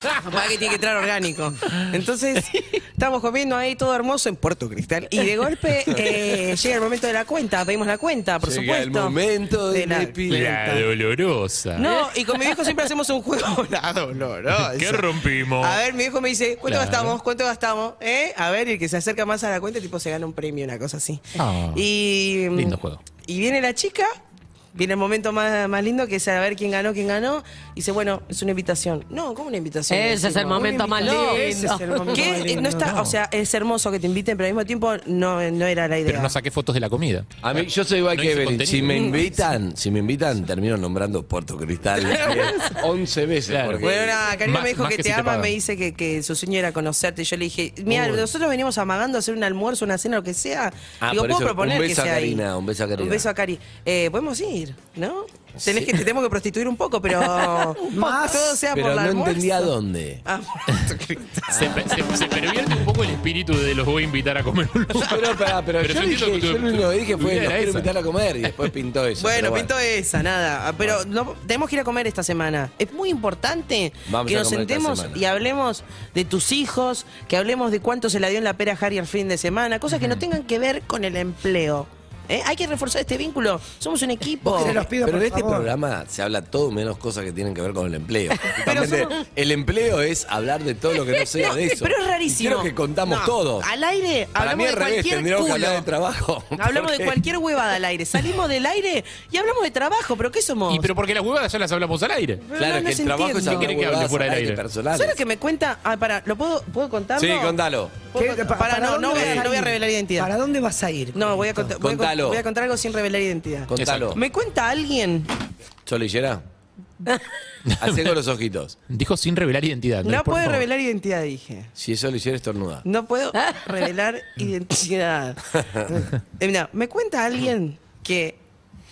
S3: Papá que tiene que entrar orgánico. Entonces, estamos comiendo ahí todo hermoso en Puerto Cristal. Y de golpe eh, llega el momento de la cuenta, pedimos la cuenta, por
S2: Llega el
S3: supuesto.
S2: momento de
S3: la-
S2: mi pinta.
S6: La dolorosa.
S3: No, y con mi viejo siempre hacemos un juego. La dolorosa.
S6: ¿Qué rompimos?
S3: A ver, mi viejo me dice, ¿cuánto
S6: Claro.
S3: gastamos? ¿Cuánto gastamos? ¿Eh? A ver, y el que se acerca más a la cuenta, tipo, se gana un premio, una cosa así.
S6: Ah,
S3: y,
S6: lindo juego.
S3: Y viene la chica, viene el momento más, más lindo, que es a ver quién ganó, quién ganó. Y dice, bueno, es una invitación. No, ¿cómo una invitación?
S4: Ese es el
S3: Decimos,
S4: momento más
S3: No,
S5: ese es el
S4: lindo.
S5: momento más
S3: ¿Qué? Eh,
S5: lindo.
S3: No está,
S5: No.
S3: o sea, es hermoso que te inviten, pero al mismo tiempo no, no era la idea. Mm.
S6: Pero no saqué fotos de la comida.
S2: A mí, yo soy igual
S6: No
S2: que
S6: hice
S2: Evelyn. Si
S6: contenido.
S2: me invitan, si me invitan, termino nombrando Puerto Cristal 11 veces.
S6: Claro.
S2: porque-
S3: Bueno, nada, Karina
S6: Más-
S3: me dijo
S6: más
S3: que,
S6: que
S3: te
S6: si te
S3: ama,
S6: pagan.
S3: me dice que, que su sueño era conocerte. Y yo le dije, mira, nosotros venimos amagando a hacer un almuerzo, una cena, lo que sea.
S2: Ah,
S3: Digo,
S2: por
S3: puedo
S2: eso,
S3: proponer
S2: un
S3: que
S2: beso a
S3: sea ahí.
S2: Karina, un beso a Karina.
S3: Un beso a Cari. Eh, podemos ir, ¿no? Tenés que, te tenemos que prostituir un poco, pero
S5: Más.
S3: todo sea
S2: pero no
S3: por la almuerzo.
S2: entendía dónde.
S3: Ah,
S6: Se, se- se pervierte un poco el espíritu de los voy a invitar a comer un lugar.
S2: Pero, pará, pero, yo,
S6: entiendo
S2: dije,
S6: que tu-
S2: yo lo único que dije
S6: tu
S2: fue,
S6: idea
S2: los
S6: era
S2: quiero
S6: esa.
S2: invitar a comer y después pintó eso.
S3: bueno,
S2: pero
S3: pinto esa, nada. Ah, Pero no- tenemos que ir a comer esta semana. Es muy importante
S2: Vamos
S3: que
S2: a
S3: nos
S2: comer esta
S3: sentemos
S2: semana.
S3: y hablemos de tus hijos, que hablemos de cuánto se la dio en la pera a Harry el fin de semana, cosas que no tengan que ver con el empleo. ¿Eh? Hay que reforzar este vínculo. Somos un equipo.
S5: Se los pido,
S2: Pero en
S5: por
S2: este
S5: favor.
S2: programa se habla todo menos cosas que tienen que ver con el empleo. Justamente, El empleo es hablar de todo lo que no sea
S3: No,
S2: de eso.
S3: Pero es
S2: Y
S3: rarísimo.
S2: Creo que contamos
S3: No,
S2: todo.
S3: Al aire
S2: Para mí
S3: hablamos
S2: al
S3: de
S2: revés,
S3: cualquier
S2: tendríamos que
S3: culo.
S2: hablar de trabajo.
S3: Hablamos
S2: porque-
S3: de cualquier huevada al aire. Salimos del aire y hablamos de trabajo. ¿Pero qué somos?
S6: Y pero porque las huevadas ya las hablamos al aire.
S3: Pero
S2: Claro,
S3: no,
S2: es
S3: no
S2: que
S3: se
S2: el trabajo es
S3: entiende.
S2: hablar
S6: ¿Qué quiere que hable
S2: huevadas
S6: fuera del
S2: al aire
S6: aire?
S2: personales.
S3: ¿Sabes lo que me cuenta? Ah, para, ¿lo puedo, puedo contarlo?
S2: Sí, contalo.
S5: ¿Qué-
S3: Para, no, no
S5: dónde
S3: voy,
S5: vas
S3: a, no voy a
S5: ir?
S3: revelar identidad.
S5: ¿Para dónde vas a ir?
S3: No, voy a, contar, voy, a, con-
S2: Contalo.
S3: voy a contar algo sin revelar identidad.
S2: Contalo.
S6: Exacto.
S3: ¿Me cuenta alguien?
S2: Solillera. Hacé con los ojitos.
S6: Dijo sin revelar identidad.
S3: No
S6: Por
S3: puede
S6: favor.
S3: revelar identidad, dije.
S2: Si es Solillera, estornuda.
S3: No puedo revelar identidad. Eh, mirá, me cuenta alguien que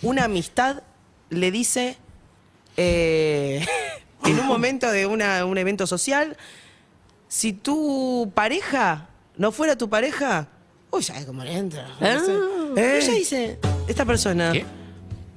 S3: una amistad le dice eh, en un momento de una- un evento social, si tu pareja no fuera tu pareja, uy, ¿sabes cómo le entra? No sé.
S5: Ah.
S3: Ella dice, esta persona,
S6: Eh.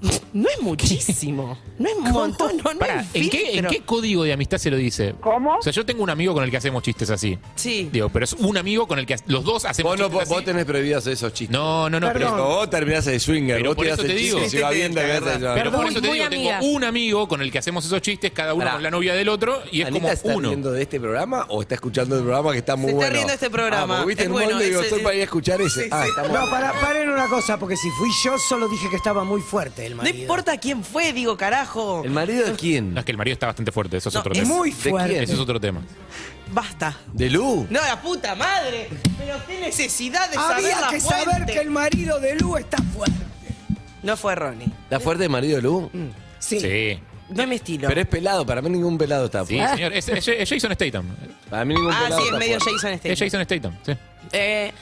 S6: ¿Qué?
S3: no es muchísimo, no es un montón, no, no
S6: Pará,
S3: hay
S6: ¿en qué, en
S3: filtro".
S6: qué código de amistad se lo dice?
S1: ¿Cómo?
S6: O sea, yo tengo un amigo con el que hacemos chistes así.
S3: Sí.
S6: Digo, pero es un amigo con el que los dos hacemos
S2: Vos, no,
S6: chistes
S2: vos
S6: así.
S2: tenés prohibidos esos chistes.
S6: No, no, no,
S2: Pero
S6: pero,
S2: vos terminás de swinger,
S6: Pero
S2: vos
S6: por
S2: tirás
S6: eso
S2: el
S6: te
S2: chiste,
S6: digo.
S2: si va bien, te
S3: Sí,
S2: agarras.
S3: sí,
S2: No,
S6: pero
S2: no.
S6: por eso te
S4: muy
S6: digo,
S4: amigas.
S6: tengo un amigo con el que hacemos esos chistes, cada uno
S2: Pará.
S6: con la novia del otro, y es
S2: ¿Anita está
S6: como uno.
S2: riendo de este programa o está escuchando el programa que está muy
S3: Se está
S2: bueno?
S3: riendo este programa.
S2: Ah, porque viste
S3: Es
S2: en
S3: bueno,
S2: Mondo y digo,
S3: es-
S2: estoy
S3: es-
S2: para ir a escuchar ese. ah, está muy
S5: No, para, paren una cosa, porque si fui yo, solo dije que estaba muy fuerte el
S3: No
S5: marido.
S3: importa quién fue, digo, carajo.
S2: ¿El marido de quién?
S6: No, es que el marido está bastante fuerte, eso es
S3: No,
S6: otro
S3: es
S6: tema.
S5: Muy
S2: ¿De quién?
S5: fuerte.
S6: Eso es otro tema.
S3: Basta.
S2: ¿De Lu?
S3: No, la puta madre. Pero qué necesidad de saber
S5: Había
S3: la
S5: que
S3: fuente.
S5: saber que el marido de Lu está fuerte.
S3: No fue Ronnie.
S2: ¿Está fuerte el marido de
S3: Mm,
S2: Lu?
S5: Sí.
S6: Sí.
S3: No es mi estilo.
S2: Pero es pelado, para mí ningún pelado está
S6: Sí,
S2: fuerte.
S6: señor. Es, es- es Jason Statham.
S2: Para mí ningún
S3: ah,
S2: pelado
S3: sí, es
S2: está
S3: medio
S2: fuerte.
S3: Jason
S6: Es
S3: Statham.
S6: Jason Statham, sí.
S3: Eh,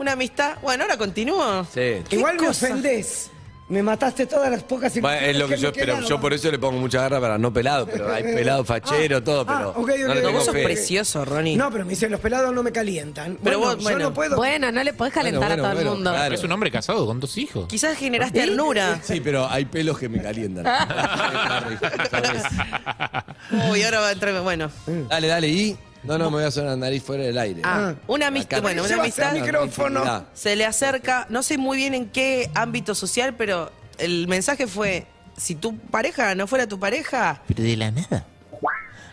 S3: una amistad. Bueno, ahora continúo.
S2: Sí.
S5: Igual me
S3: cosa?
S5: ofendés. Me mataste todas las pocas
S2: Bueno, es lo que yo,
S5: me
S2: pero
S5: quedaron.
S2: yo por eso le pongo mucha garra para no pelado, pero hay pelado fachero,
S5: Ah,
S2: todo,
S5: ah,
S2: pero
S5: ok, ok,
S2: no le
S5: ok.
S2: tengo
S3: Vos sos
S2: fe.
S3: precioso, Ronnie.
S5: No, pero me dicen, los pelados no me calientan.
S3: Pero
S5: bueno,
S3: vos,
S5: yo
S3: bueno.
S5: no puedo.
S4: Bueno, no le podés calentar
S2: Bueno,
S4: a todo
S2: bueno,
S4: el mundo.
S2: claro.
S6: Pero es un hombre casado con dos hijos.
S3: Quizás generás ternura.
S2: Sí, pero hay pelos que me calientan. ¿Sabes?
S3: Uy, ahora va a entrar. Bueno.
S2: dale, dale, y... No, no, me voy a hacer la nariz fuera del aire.
S3: Ah, una amistad.
S2: Acá-
S3: Bueno, una
S5: Llevas el
S3: amistad.
S5: micrófono.
S2: Tranquilidad.
S3: Se le acerca. No sé muy bien en qué ámbito social, pero el mensaje fue: si tu pareja no fuera tu pareja.
S6: Pero de la nada.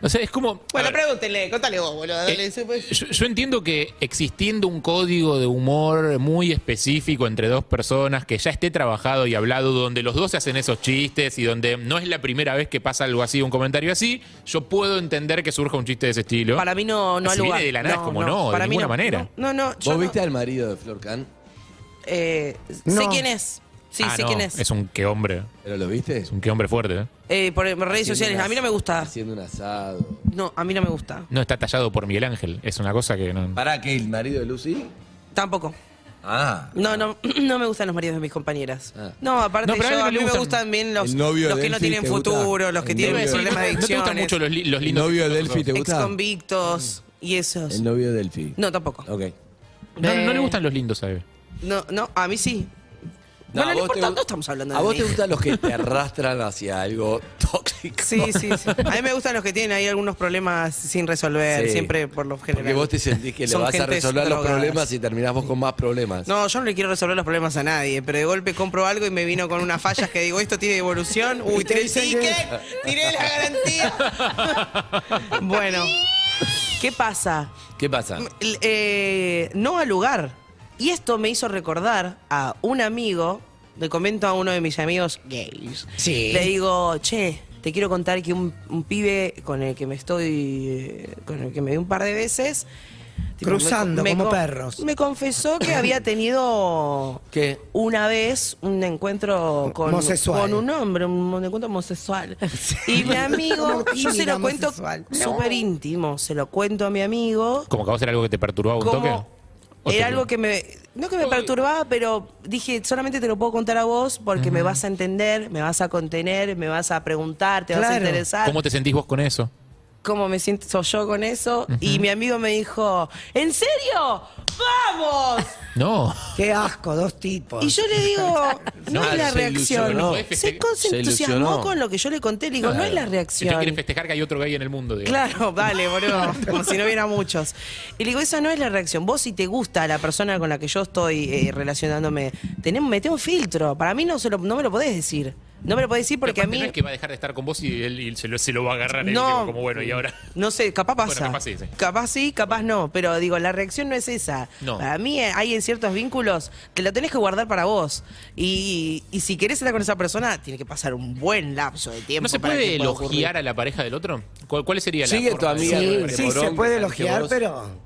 S6: O sea, es como. a
S3: Bueno,
S6: ver,
S3: pregúntenle, contale vos, boludo. Dale,
S6: Eh,
S3: sí, pues.
S6: yo, yo entiendo que existiendo un código de humor muy específico entre dos personas que ya esté trabajado y hablado, donde los dos se hacen esos chistes y donde no es la primera vez que pasa algo así, un comentario así, yo puedo entender que surja un chiste de ese estilo.
S3: Para mí no, no
S6: Si
S3: al lugar.
S6: viene de la nada, es como no, de
S3: para mí
S6: ninguna manera.
S3: No, no, yo
S2: ¿Vos
S3: no.
S2: viste al marido de Flor Can?
S3: Eh, Sé
S5: No.
S3: quién es. Sí,
S6: Ah,
S3: sé
S6: no,
S3: quién es.
S6: Es un que hombre.
S2: ¿Pero lo viste?
S6: Es un que hombre fuerte. ¿eh?
S3: Eh, por redes sociales. A mí no me gusta.
S2: Haciendo un asado.
S3: No, a mí no me gusta.
S6: No está tallado por Miguel Ángel. Es una cosa que no.
S2: ¿Para qué? ¿El marido de Lucy?
S3: Tampoco.
S2: Ah.
S3: No, no, no me gustan los maridos de mis compañeras.
S2: Ah.
S3: No, aparte,
S6: No, pero a
S3: yo-
S6: él no
S3: a
S6: le
S3: mí me
S6: gustan.
S3: gustan bien los,
S2: El novio
S3: los
S2: de
S3: que no
S2: Delphi
S3: tienen
S2: te gusta.
S3: futuro, los que
S2: El
S3: tienen
S2: novio de
S3: problemas de
S6: no, te gustan mucho
S3: adicciones,
S6: los, li- los
S2: ¿El
S6: lindos.
S2: novio de Delphi te gusta?
S3: exconvictos y esos.
S2: El novio de Delphi.
S3: No, tampoco.
S2: Ok.
S6: No, no
S3: Eh.
S6: le gustan los lindos, ¿sabes?
S3: No, no, a mí sí. bueno, no importa, no estamos hablando de
S2: A vos
S3: mí.
S2: te gustan los que te arrastran hacia algo tóxico.
S3: Sí, sí, sí. A mí me gustan los que tienen ahí algunos problemas sin resolver,
S2: Sí.
S3: siempre por lo general.
S2: Porque vos te sentís que le
S3: Son
S2: vas a
S3: gentes
S2: resolver los
S3: drogadas.
S2: problemas y terminás vos con más problemas.
S3: No, yo no le quiero resolver los problemas a nadie, pero de golpe compro algo y me vino con unas fallas que digo, esto tiene devolución, uy,
S5: te
S3: tiré el
S5: dicen
S3: ticket,
S5: que-
S3: tiré la garantía. bueno, ¿qué pasa?
S2: ¿Qué pasa?
S3: L- eh, no al lugar. Y esto me hizo recordar a un amigo, le comento a uno de mis amigos gays.
S5: Sí.
S3: Le digo, che, te quiero contar que un, un pibe con el que me estoy. eh, con el que me vi un par de veces. me-
S5: Cruzando como
S3: con-
S5: perros.
S3: Me confesó que había tenido
S2: ¿Qué?
S3: una vez un encuentro con,
S5: Homosexual.
S3: con un hombre, un encuentro homosexual. Y mi amigo,
S5: Una
S3: yo se
S5: tímida
S3: lo cuento
S5: homosexual.
S3: súper íntimo, se lo cuento a mi amigo
S6: ¿Como que va a ser algo que te perturbaba un toque?
S3: como
S6: ¿O te-
S3: era algo que me no que me perturbaba pero dije solamente te lo puedo contar a vos porque me vas a entender me vas a contener me vas a preguntar te vas a
S5: Claro.
S3: interesar
S6: ¿Cómo
S3: cómo,
S6: te sentís vos con eso?
S3: me siento yo con eso y mi amigo me dijo en serio vamos
S6: No.
S5: Qué asco, dos tipos.
S3: y yo le digo no,
S2: No,
S3: es la
S2: se
S3: reacción
S2: ilusionó.
S3: se, con- se
S2: Se
S3: entusiasmó
S2: ilusionó.
S3: con lo que yo le conté le digo no es la
S6: Si usted quiere
S3: reacción
S6: festejar que hay otro gay en el mundo, digamos.
S3: Claro, dale, boludo, como si no hubiera muchos. Y le digo, esa no es la reacción. Vos si te gusta la persona con la que yo estoy eh, relacionándome, tenés, meté un filtro. Para mí no, se lo- no me lo podés decir. No me lo podés decir porque a
S6: Aparte,
S3: mí...
S6: No es que va a dejar de estar con vos y él y se, lo, se lo va a agarrar. él,
S3: No,
S6: tipo, como bueno, y ahora.
S3: no sé, capaz
S6: Bueno,
S3: pasa.
S6: capaz sí, sí.
S3: Capaz sí, capaz no. Pero digo, la reacción no es esa.
S6: No.
S3: Para mí eh, hay en ciertos vínculos, te lo tenés que guardar para vos. Y, y si querés estar con esa persona, tiene que pasar un buen lapso de tiempo.
S6: ¿No se
S3: para
S6: puede
S3: que pueda ocurrir.
S6: elogiar a la pareja del otro? ¿Cuál, cuál sería la
S2: Sigue tu
S6: forma de-
S2: amiga.
S4: Sí.
S2: con el
S5: Sí, se
S2: morón,
S5: puede
S2: que
S5: elogiar,
S2: vos-
S5: pero.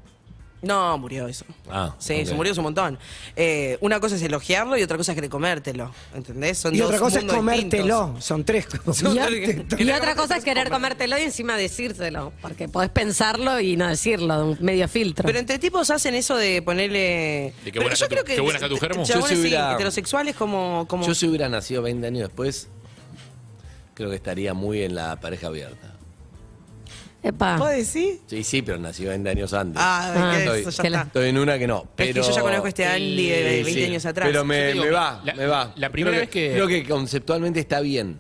S3: No, murió eso.
S2: Ah,
S3: sí,
S2: ok.
S3: se murió hace un montón. Eh, una cosa es elogiarlo y otra cosa es comértelo. ¿Entendés? Son
S5: Y
S3: dos
S5: otra cosa es
S3: mundos
S5: comértelo.
S3: distintos.
S5: Son tres.
S3: Son
S4: Y,
S3: tres
S4: o-
S3: distintos.
S4: y otra cosa es querer comértelo y encima decírselo, porque podés pensarlo y no decirlo, un medio filtro.
S3: Pero entre tipos hacen eso de ponerle.
S6: De qué
S3: Pero
S6: buena
S3: yo
S6: está tu-
S3: creo que.
S6: qué buena está tu germo.
S3: chabones
S2: Yo si hubiera-
S3: sí, heterosexuales como. como
S2: Yo si hubiera nacido 20 años después, creo que estaría muy en la pareja abierta.
S4: Epa.
S3: ¿Puedo decir?
S2: Sí, sí, pero nací 20 años antes.
S3: Ah,
S4: Ah,
S3: es que
S2: estoy,
S3: eso ya
S4: que la-
S3: está.
S2: estoy en una que no.
S3: Es que
S2: Pero,
S3: yo ya conozco este Andy de 20 años atrás.
S2: Pero
S6: Yo
S2: me,
S6: te digo,
S2: me va,
S6: la-
S2: me va.
S6: la primera
S2: Creo
S6: vez que-
S2: Creo que conceptualmente está bien.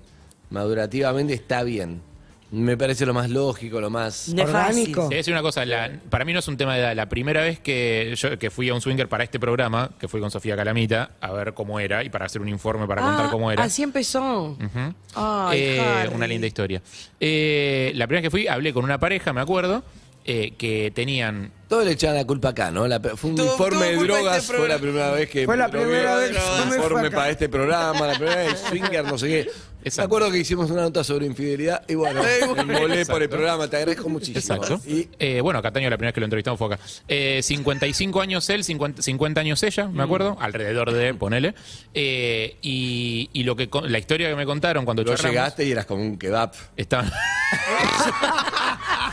S2: Madurativamente está bien. Me parece lo más lógico, lo más...
S3: No es fácil.
S5: Orgánico.
S6: Te voy a decir una cosa, la- para mí no es un tema de edad. La primera vez que yo que fui a un swinger para este programa, que fui con Sofía Calamita, a ver cómo era y para hacer un informe para contar
S4: Ah,
S6: cómo era.
S4: Así empezó.
S6: Ujú.
S3: Ay,
S6: Eh,
S3: Harry.
S6: una linda historia. Eh, la primera vez que fui, hablé con una pareja, me acuerdo, eh, que tenían.
S2: Todo le echaban la culpa acá, ¿no? La- fue un
S3: Tuvo-
S2: informe
S3: tuvo
S2: de
S3: culpa
S2: drogas,
S3: este
S2: fue la
S3: programa.
S2: primera vez que...
S5: Fue la
S2: me drogué,
S5: primera vez que
S2: un
S5: me fue
S2: informe
S5: acá.
S2: para este programa, la primera vez, swinger, no sé qué.
S6: Exacto.
S2: Me acuerdo que hicimos una nota sobre infidelidad y bueno, me volé por el programa, te agradezco muchísimo.
S6: Exacto.
S2: Y
S6: Eh, bueno, Cataño, la primera vez que lo entrevistamos fue acá. Eh, 55 años él, 50, 50 años ella, me acuerdo, alrededor de, ponele. Eh, y y lo que, con- la historia que me contaron cuando
S2: luego
S6: charlamos,
S2: llegaste y eras como un kebab.
S6: estaban-
S2: ¿no?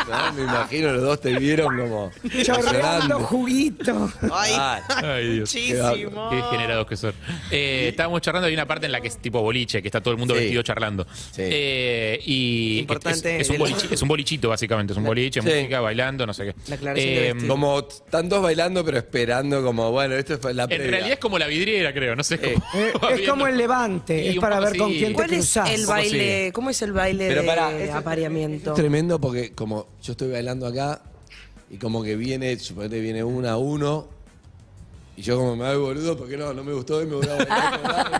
S2: Ah, Me imagino los dos te vieron como
S5: Chorreando
S2: llorando.
S5: juguito.
S3: Ay,
S6: Ay, Dios.
S3: muchísimo.
S6: Ah, Qué degenerados que son. Eh, estábamos charlando, hay una parte en la que es tipo boliche, que está todo el mundo
S2: Sí.
S6: vestido charlando.
S2: Sí.
S6: Eh, y
S3: Importante
S6: es, es un
S3: el-
S6: boliche- es un bolichito, básicamente. Es un boliche,
S2: Sí.
S6: música, bailando, no sé qué. Eh,
S3: La aclaración de vestir.
S2: como están dos bailando pero esperando como, bueno, esto fue la
S6: en
S2: previa.
S6: realidad es como la vidriera, creo. No sé cómo
S5: Eh,
S6: va
S5: es como
S6: viendo.
S5: el levante,
S6: Y
S5: es
S6: un
S5: para
S6: poco
S5: ver con
S6: así.
S5: quién te
S3: ¿Cuál es
S5: cruzás.
S3: el
S6: ¿Cómo
S3: baile?
S6: sigue?
S3: ¿Cómo es el baile
S2: Pero pará,
S3: de
S2: eso es-
S3: apareamiento?
S2: Es tremendo porque como yo estoy bailando acá y como que viene, suponete viene uno a uno y yo como me hago boludo porque no, no me gustó y me voy a bailar.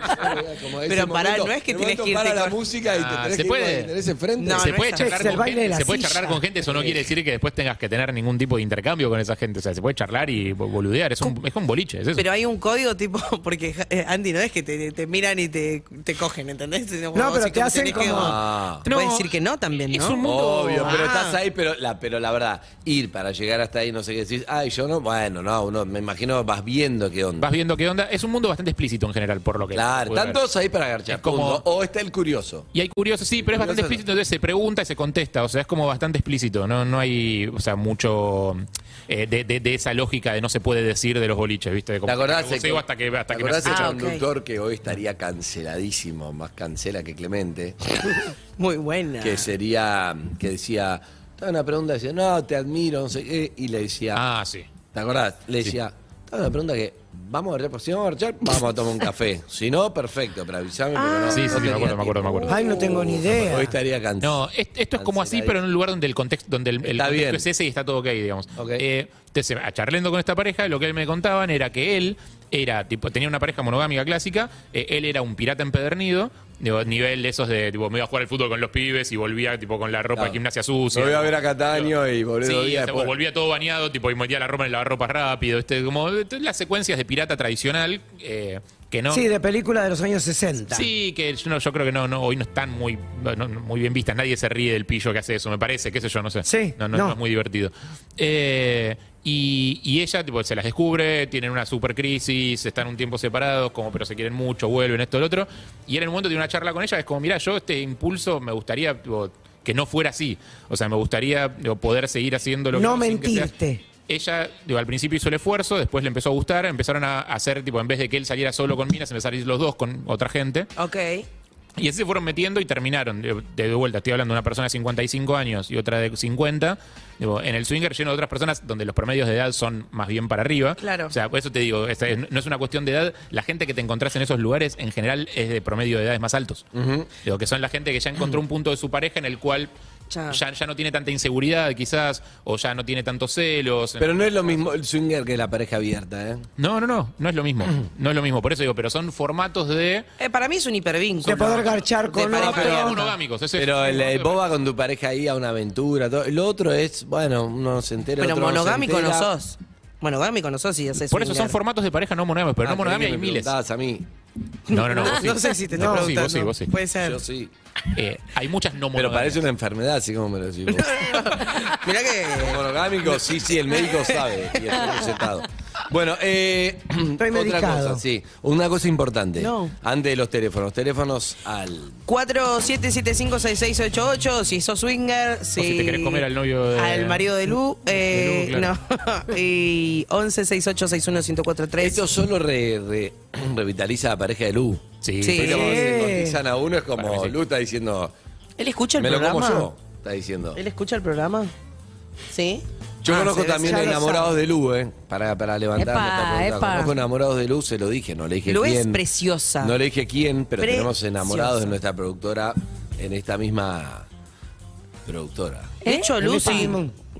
S2: como ese
S3: Pero pará,
S2: momento,
S3: no es que
S2: en un
S3: tenés
S2: momento
S3: que irte
S2: para la
S3: con-
S2: música y te
S6: Ah,
S2: tenés
S6: ¿se
S2: que
S6: puede?
S2: ir con- tenés enfrente.
S3: No,
S6: se
S3: no
S6: puede,
S3: es
S6: charlar,
S5: así, es el
S6: con
S5: baile de
S6: gente,
S5: la
S6: se puede
S5: silla.
S6: charlar con gente, eso no quiere decir que después tengas que tener ningún tipo de intercambio con esa gente. O sea, se puede charlar y bo- boludear. Es un, es un boliche, es eso.
S3: Pero hay un código tipo, porque eh, Andy no es que te, te miran y te, te cogen, ¿entendés? Sino como
S5: No, pero
S3: si
S5: te hacen
S3: tenés que-
S5: como.
S2: Ah.
S3: Te
S6: No,
S3: puede decir que no también, ¿no?
S6: es un mundo-
S2: Obvio, pero
S3: Ah.
S2: estás ahí, pero la, pero la verdad, ir para llegar hasta ahí, no sé qué decís, ay, yo no, bueno, no, uno me imagino vas viendo qué onda.
S6: Vas viendo qué onda. Es un mundo bastante explícito en general, por lo que.
S2: Claro,
S6: pude ver.
S2: están todos ahí para garchar.
S6: Es como-
S2: punto. O está el curioso.
S6: Y hay curioso, sí, pero es bastante
S2: Curioso.
S6: explícito, entonces se pregunta y se contesta, o sea, es como bastante explícito, no, no hay, o sea, mucho eh, de, de- de esa lógica de no se puede decir de los boliches, ¿viste? De como
S2: ¿Te acordás?
S6: que me goceo hasta que, hasta
S2: ¿Te
S6: que me
S2: acordás el
S6: acecha.
S4: Ah, ok.
S2: conductor que hoy estaría canceladísimo, más cancela que Clemente,
S3: Muy buena.
S2: que sería, que decía, estaba una pregunta, decía, no, te admiro, no sé qué, y le decía,
S6: Ah, sí.
S2: ¿te acordás? Le decía, estaba una pregunta que, vamos a garchar, Pues si vamos a garchar, vamos a tomar un café. Si no, perfecto, pero avísame porque no.
S6: Ah. Sí, sí,
S2: no
S6: sí, me
S2: tenía
S6: acuerdo, me acuerdo, me acuerdo.
S5: Ay, no tengo ni idea.
S2: Hoy estaría
S6: No,
S2: cancelado.
S6: es- esto es como así, pero en un lugar donde el contexto, donde el, el
S2: Está
S6: contexto
S2: bien.
S6: es ese y está todo ok, digamos.
S2: Ok.
S6: Eh, entonces, a- charlando con esta pareja, lo que él me contaban era que él era, tipo, tenía una pareja monogámica clásica, eh, él era un pirata empedernido, digo, nivel de esos de tipo, me iba a jugar al fútbol con los pibes y volvía tipo con la ropa de gimnasia sucia.
S2: Lo voy a ver a Cataño y
S6: Sí,
S2: boludo. día
S6: o sea,
S2: después.
S6: volvía todo bañado, tipo, y metía la ropa en la ropa rápido, este, como eh, las secuencias de pirata tradicional, eh, que no.
S5: Sí, de película de los años 60.
S6: Sí, que yo, no- yo creo que no, no, hoy no están muy, no- no- muy bien vistas. Nadie se ríe del pillo que hace eso, me parece, qué sé yo, no sé.
S5: Sí,
S6: No, no,
S5: no.
S6: no es muy divertido. Eh, y, y ella tipo, se las descubre, tienen una super crisis, están un tiempo separados, como pero se quieren mucho, vuelven, esto, el otro. Y en el momento de una charla con ella, es como, mira, yo este impulso me gustaría tipo, que no fuera así. O sea, me gustaría tipo, poder seguir haciendo lo que...
S5: No
S6: sin que sea-
S5: mentirte.
S6: ella digo, al principio hizo el esfuerzo, después le empezó a gustar, empezaron a hacer, tipo, en vez de que él saliera solo con minas, empezaron a salir los dos con otra gente.
S3: Ok. Eh,
S6: Y así se fueron metiendo y terminaron. De, de vuelta, estoy hablando de una persona de 55 años y otra de 50. Digo, en el swinger lleno de otras personas donde los promedios de edad son más bien para arriba.
S3: Claro.
S6: O sea, por eso te digo, esta es- no es una cuestión de edad. La gente que te encontrás en esos lugares en general es de promedio de edades más altos. Digo, que son la gente que ya encontró un punto de su pareja en el cual
S3: Ya.
S6: ya, ya no tiene tanta inseguridad, quizás, o ya no tiene tantos celos.
S2: Pero no es lo mismo el swinger que la pareja abierta, ¿eh?
S6: No, no, no, no es lo mismo. No es lo mismo, por eso digo, pero son formatos de.
S3: Eh, para mí es un hipervínculo.
S5: De poder garchar con
S3: De
S5: otro.
S3: pareja.
S5: pero-
S6: monogámicos. eso es-
S2: Pero el, el boba con tu pareja ahí a una aventura, todo. El otro es, bueno, uno se entera.
S3: Pero
S2: otro no se
S3: monogámico no
S2: entera.
S3: sos. Monogámico no sos y haces
S6: Por eso son
S3: swinger.
S6: formatos de pareja no monogámicos, pero
S2: Ah,
S6: no monogamia
S2: creí
S6: hay
S2: que me
S6: miles.
S2: preguntabas a mí.
S6: No, no, no. vos sí.
S3: Ah, No sé si te estoy
S6: No, vos sí,
S3: preguntando.
S6: vos sí, vos sí.
S3: Puede ser.
S2: Yo sí.
S6: Eh, hay muchas no
S2: Pero
S6: monogamias.
S2: parece una enfermedad, así como me lo decís vos.
S3: Mirá que.
S2: Monogámico, sí, sí, el médico sabe. Y está recetado. Bueno, eh, otra
S5: medicado.
S2: cosa, sí. Una cosa importante.
S3: No.
S2: Antes de los teléfonos, teléfonos al
S3: 47756688, si sos swinger, si,
S6: si te querés comer al novio de-
S3: al marido de Lu, eh,
S6: de Lu, claro.
S3: no. y 1168611043.
S2: Esto solo re- re- revitaliza a la pareja de Lu.
S6: Sí,
S3: Sí.
S2: Pero cuando se
S5: Sí.
S2: cotizan a uno es
S6: Para mí
S2: como
S6: sí.
S2: Lu está diciendo,
S3: él escucha el
S2: me lo
S3: programa.
S2: como yo, está diciendo.
S3: Él escucha el programa. ¿Sí?
S2: Yo
S3: Ah,
S2: conozco
S3: se ve-
S2: también
S3: ya lo
S2: enamorados de Lu, ¿eh? Para, para levantarme.
S4: Epa,
S2: para preguntar.
S4: epa.
S2: Conozco enamorados de Lu, se lo dije, no le dije
S3: Lu es
S2: quién.
S3: preciosa.
S2: No le dije quién, pero
S3: Preciosa.
S2: tenemos enamorados de nuestra productora en esta misma productora.
S3: De hecho,
S5: ¿Eh?
S3: Lu,
S5: Él está-
S3: si,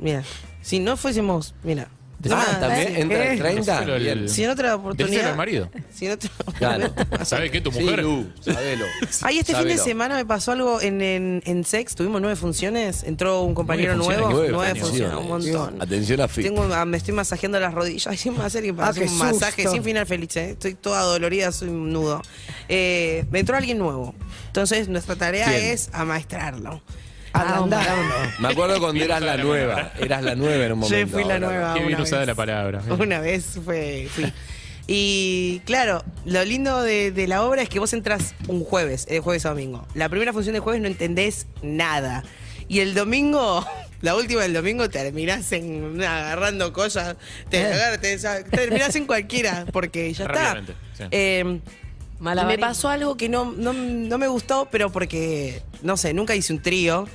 S3: mira, si no fuésemos, mira,
S2: Ah, también entra el
S5: ¿Eh?
S2: 30.
S6: Decíselo al-
S2: Bien.
S3: si en otra oportunidad.
S6: al marido.
S3: Si en otra
S2: Claro.
S6: ¿Sabes qué? Tu
S2: Sí,
S6: mujer.
S2: Lu, sabelo.
S3: Ay, este fin
S2: Sabelo.
S3: de semana me pasó algo en, en, en Sex, tuvimos nueve funciones, entró un compañero
S6: Nueve funciones,
S3: nuevo, nueve,
S6: nueve
S3: funciones, un montón.
S2: Atención a Fit.
S3: Tengo, ah, me estoy masajeando las rodillas. Ay, sí, me va a hacer que parece
S5: Ah, qué
S3: un masaje
S5: susto.
S3: sin final feliz. eh. Estoy toda dolorida, soy un nudo. Eh, me entró alguien nuevo. Entonces, nuestra tarea
S2: ¿Quién?
S3: es amaestrarlo.
S5: Ablandado.
S2: Me acuerdo cuando
S6: Bien
S2: eras la
S6: usada la
S2: nueva.
S6: palabra.
S2: Eras la nueva en un
S3: Yo
S2: momento.
S3: fui la
S2: ahora no.
S3: nueva.
S6: Qué bien
S3: una
S6: usada
S3: vez.
S6: la palabra. eh.
S3: Una vez fue, fui. Y claro, lo lindo de, de la obra es que vos entras un jueves, de jueves a domingo. La primera función de jueves no entendés nada. Y el domingo, la última del domingo, terminás en, agarrando cosas, te,
S6: Eh.
S3: agar- te desa- terminás en cualquiera, porque ya está.
S6: Rápidamente, sí.
S3: Eh, me
S4: Malabarismo.
S3: pasó algo que no, no, no me gustó, pero porque, no sé, nunca hice un trío.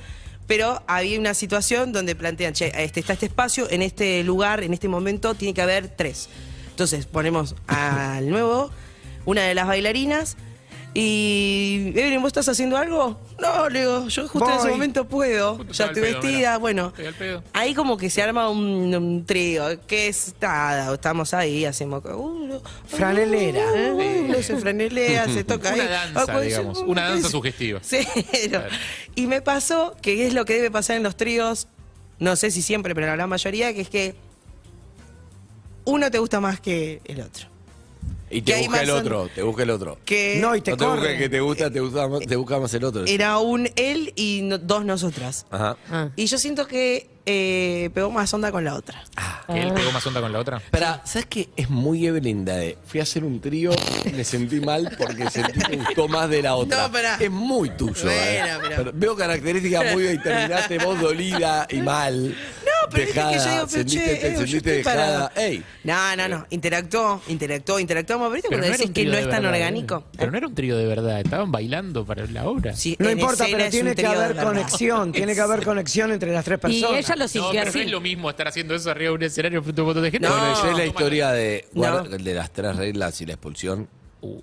S3: Pero había una situación donde plantean, che, este, está este espacio, en este lugar, en este momento, tiene que haber tres. Entonces ponemos al nuevo, una de las bailarinas, y Evelyn, ¿vos estás haciendo algo? No, le digo, yo justo en ese
S5: Voy.
S3: momento puedo,
S6: Justo
S3: ya
S6: estaba
S3: estoy
S6: al pedo,
S3: vestida,
S6: mirá.
S3: bueno.
S6: Estoy al pedo.
S3: Ahí como que se arma un, un trío, que es nada, estamos ahí, hacemos... uh, no,
S5: Franelera.
S3: uh, uh, no se franelea, se toca ahí.
S6: Una danza,
S3: Ah, cuando-
S6: digamos, una danza
S3: es-
S6: sugestiva.
S3: Cero.
S6: Claro.
S3: Y me pasó, que es lo que debe pasar en los tríos, no sé si siempre, pero la gran mayoría, que es que uno te gusta más que el otro.
S2: Y
S3: Que
S2: te
S3: hay
S2: busca el
S3: más-
S2: otro, te busca el otro.
S3: Que
S5: No, y te
S2: no te busca el
S5: corre.
S2: que te gusta, te, gusta más- te busca más el otro.
S3: era un él y no- dos nosotras.
S2: Ajá.
S4: Ah.
S3: Y yo siento que eh, pegó más onda con la otra.
S6: Que
S3: Ah.
S6: él pegó más onda con la otra.
S2: Pero, ¿sabes qué? Es muy Evelyn Dae. Fui a hacer un trío, me sentí mal porque sentí que gustó más de la otra.
S3: No, pará.
S2: Es muy tuyo, ¿eh?
S3: Bueno, pero-
S2: Pero Veo características muy determinadas, vos dolida y mal. No,
S3: pero viste que yo digo, pero
S2: sentiste,
S3: che,
S2: te
S3: eh, yo
S2: sentiste
S3: estoy
S2: dejada.
S3: parada.
S2: Ey,
S3: No, no, no. Interactuó, interactuó, interactuó. Pero ¿Viste cuando
S6: era
S3: decís
S6: un
S3: que
S6: trío
S3: no
S6: de
S3: es tan
S6: verdad,
S3: orgánico?
S6: ¿eh? Pero no era un trío de verdad. Estaban bailando para la obra.
S3: Sí,
S5: No
S3: en
S5: importa,
S3: escena
S5: pero
S3: es
S5: tiene
S3: un
S5: que
S3: trío de
S5: haber
S3: verdad.
S5: conexión. Tiene que haber conexión entre las tres
S4: Y
S5: personas.
S4: ella lo
S6: No,
S4: sintió
S6: pero no
S4: así.
S6: es lo mismo estar haciendo eso arriba de un escenario frente a un montón de gente.
S3: No.
S6: Bueno,
S2: ¿conocés
S6: esa es
S2: la historia de,
S3: No.
S2: guarda- de las tres reglas y la expulsión?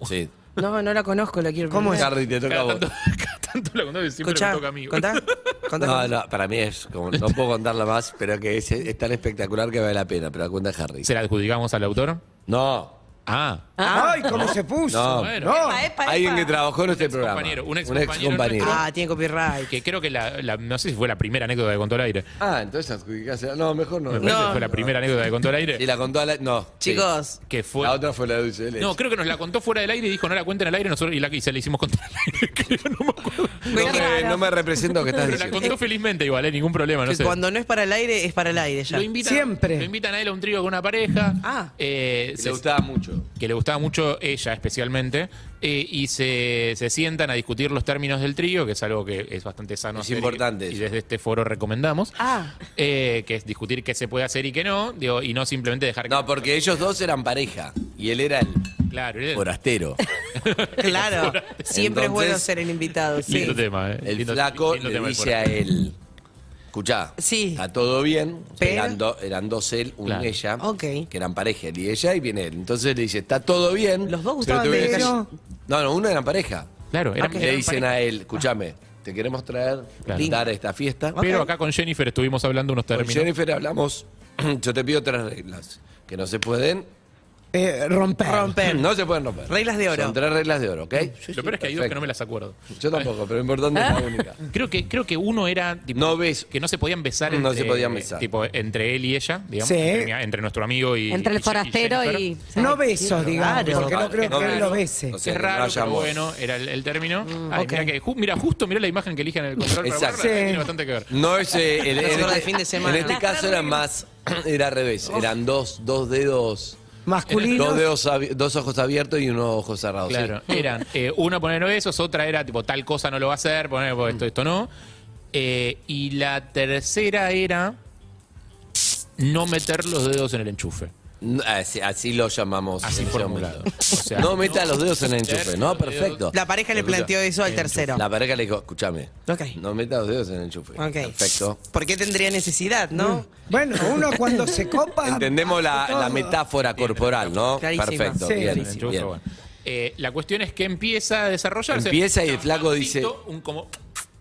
S2: Sí.
S3: No, no la conozco, la quiero
S5: ¿Cómo es?
S2: Carly, te toca a vos.
S6: Cada Uh. tanto, cada tanto la contaba y siempre
S3: Escuchá,
S6: me toca a mí.
S3: contá, contá,
S2: No,
S3: contá.
S2: no, para mí es, como, no puedo contarla más, pero que es, es tan espectacular que vale la pena, pero la cuenta Harry.
S6: ¿Se la adjudicamos al autor?
S2: No,
S6: Ah.
S5: Ay, cómo se puso.
S2: No.
S6: Bueno.
S5: No.
S3: eh.
S4: Epa, epa,
S2: alguien
S4: epa.
S2: que trabajó en este programa.
S6: excompañero, un
S2: ex
S6: excompañero
S2: compañero.
S6: nuestro.
S3: Ah, tiene copyright.
S6: Que creo que la, la- No sé si fue la primera anécdota que contó al aire.
S2: Ah, entonces adjudicase. No, mejor no.
S6: Me parece que fue la primera anécdota que contó al aire.
S2: Y la contó a la. No. sí.
S3: Chicos,
S6: Que fue.
S2: La otra fue la dulce de leche.
S6: No, creo que nos la contó fuera del aire y dijo no la cuenten al aire nosotros y, la, y se la hicimos contar al aire. creo, no me acuerdo.
S2: No me, no me represento que estás
S6: Pero la
S2: diciendo.
S6: contó felizmente igual, ¿eh? ningún problema, no
S3: que
S6: sé.
S3: cuando no es para el aire, es para el aire ya.
S6: Lo invitan,
S5: Siempre.
S6: Lo invitan a él a un trío con una pareja.
S3: Ah.
S6: eh,
S2: Que
S6: se-
S2: Le gustaba mucho.
S6: que le gustaba mucho ella especialmente, eh, y se, se sientan a discutir los términos del trío, que es algo que es bastante sano.
S2: Es
S6: hacer y-
S2: importante
S6: Y,
S2: eso.
S6: desde este foro recomendamos,
S3: Ah.
S6: eh, que es discutir qué se puede hacer y qué no, digo, y no simplemente dejar que...
S2: No, porque ellos dos eran pareja y él era el
S6: Claro, eh,
S2: forastero.
S3: Claro, siempre es bueno
S2: Entonces-
S3: ser el invitado. Sí.
S6: lindo tema, eh.
S2: El
S6: Lindo-
S2: flaco
S6: lindo
S2: le
S6: tema el
S2: dice a
S6: forastero.
S2: él. Escuchá,
S3: Sí.
S2: está todo bien.
S3: Pero-
S2: Eran, do- eran dos él, un
S6: Claro.
S2: ella,
S3: Ok.
S2: que eran pareja, él y ella, y viene él. Entonces le dice, está todo bien.
S3: Los dos
S2: pero
S3: gustaban
S2: te voy a
S3: de
S2: decir-
S3: ellos.
S2: No, no, uno eran pareja.
S6: Claro, eran-
S2: Y
S6: eran
S2: le dicen
S6: pareja.
S2: a él, escúchame, te queremos traer,
S6: Claro.
S2: dar a esta fiesta.
S6: Pero acá con Jennifer estuvimos hablando unos
S2: Con
S6: términos.
S2: Jennifer hablamos, yo te pido tres reglas, que no se pueden
S5: Eh, romper.
S3: Romper.
S2: No se pueden romper.
S3: Reglas de oro.
S2: Son tres reglas de oro, ¿ok?
S6: Lo peor es que hay dos que no me las acuerdo.
S2: Yo tampoco, pero lo importante es la única.
S6: Creo que, creo que uno era tipo,
S2: No beso.
S6: que no se podían besar.
S2: No
S6: entre, eh,
S2: se podían besar.
S6: Tipo, entre él y ella, digamos.
S5: Sí.
S6: Entre, mi- entre nuestro amigo y.
S4: Entre el
S6: y Je-
S4: forastero
S6: Jennifer.
S4: y.
S5: No besos, digamos,
S3: Claro.
S5: porque no creo
S2: No
S5: que él
S2: beso.
S5: lo bese.
S2: O sea,
S6: es
S2: que no
S6: raro,
S2: haya
S6: pero
S2: amor.
S6: bueno, era el, el término. Ay,
S5: ok.
S6: mira, que ju- mira, justo mirá la imagen que eligen en el control. para
S2: Exacto.
S6: borrarla,
S5: Sí.
S6: Tiene bastante que ver.
S2: No es eh, el,
S3: No
S2: en
S3: se guarda
S2: este-
S3: el fin de semana.
S2: En este
S4: Las
S2: caso
S4: tres
S2: era
S4: reglas.
S2: más, era al revés, eran dos, dos dedos,
S5: Masculinos.
S2: dos dedos, abi- dos ojos abiertos y uno ojo cerrado. sí.
S6: Claro, eran eh, una poner besos, otra era tipo tal cosa no lo va a hacer, poner pues,
S2: Mm.
S6: esto, esto no. Eh, y la tercera era no meter los dedos en el enchufe.
S2: No, Así, así lo llamamos.
S6: Así
S2: en ese
S6: formulado.
S2: momento.
S6: O sea,
S2: no meta los dedos en el
S6: meter
S2: enchufe, ¿no?
S6: los
S2: Perfecto.
S3: La pareja le planteó eso al tercero.
S2: Eh, La pareja le dijo, escúchame,
S3: Ok.
S2: no meta los dedos en el enchufe.
S3: Ok.
S2: Perfecto. Mm.
S3: ¿Por qué tendría necesidad, no?
S5: Bueno, uno cuando se copa.
S2: Entendemos la,
S5: hace Ah, todo.
S2: la metáfora corporal, ¿no?
S3: Clarísima.
S2: Perfecto.
S5: Sí,
S2: bien,
S6: En el enchufe,
S2: bien.
S6: bueno. Eh, la cuestión es que empieza a desarrollarse.
S2: Empieza y el
S6: Un
S2: flaco dice-
S6: Un como,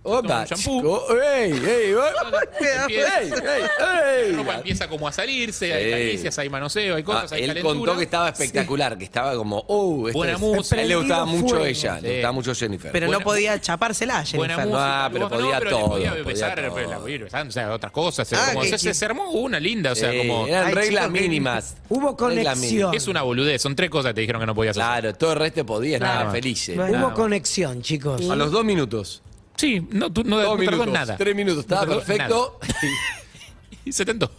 S2: Opa,
S6: Toma un shampoo.
S2: chico, ey, ey, oh,
S6: Empieza-
S2: ey, ey,
S6: la
S2: ey.
S6: ropa empieza como a salirse, hay
S2: Sí.
S6: caricias, hay manoseo, hay
S2: Ah,
S6: cosas, hay
S2: él
S6: calentura.
S2: contó que estaba espectacular, que estaba como, uh, esto
S6: Buena
S2: es-
S6: música.
S2: A él le gustaba
S5: Prendido
S2: mucho
S5: fuego.
S2: ella,
S6: Sí.
S2: le gustaba mucho Jennifer.
S3: Pero no
S6: Buena-
S3: podía chapársela, Jennifer.
S6: Buena música,
S2: Ah, pero
S6: luego,
S2: podía
S6: le
S2: todo,
S6: Podía
S2: podía
S6: besar,
S2: todo.
S6: pues, la podía ir besando, o sea, otras cosas.
S3: Ah,
S6: como-
S3: que-
S6: se, se- se armó una linda, o sea,
S2: Sí,
S6: como.
S2: Eh, eran
S3: Ay,
S2: reglas
S3: chicos, que-
S2: mínimas.
S5: Hubo
S2: Reglas mínimas.
S5: conexión.
S6: Es una boludez, son tres cosas que te dijeron que no podías hacer.
S2: Claro, todo el resto podía,
S6: Claro.
S2: estaba feliz.
S5: Hubo conexión, chicos.
S2: A los dos minutos.
S6: Sí, no, tú, no, no
S2: Dos
S6: tardó
S2: minutos.
S6: nada.
S2: Tres minutos, estaba
S6: No
S2: perfecto.
S6: tardó Y se tentó.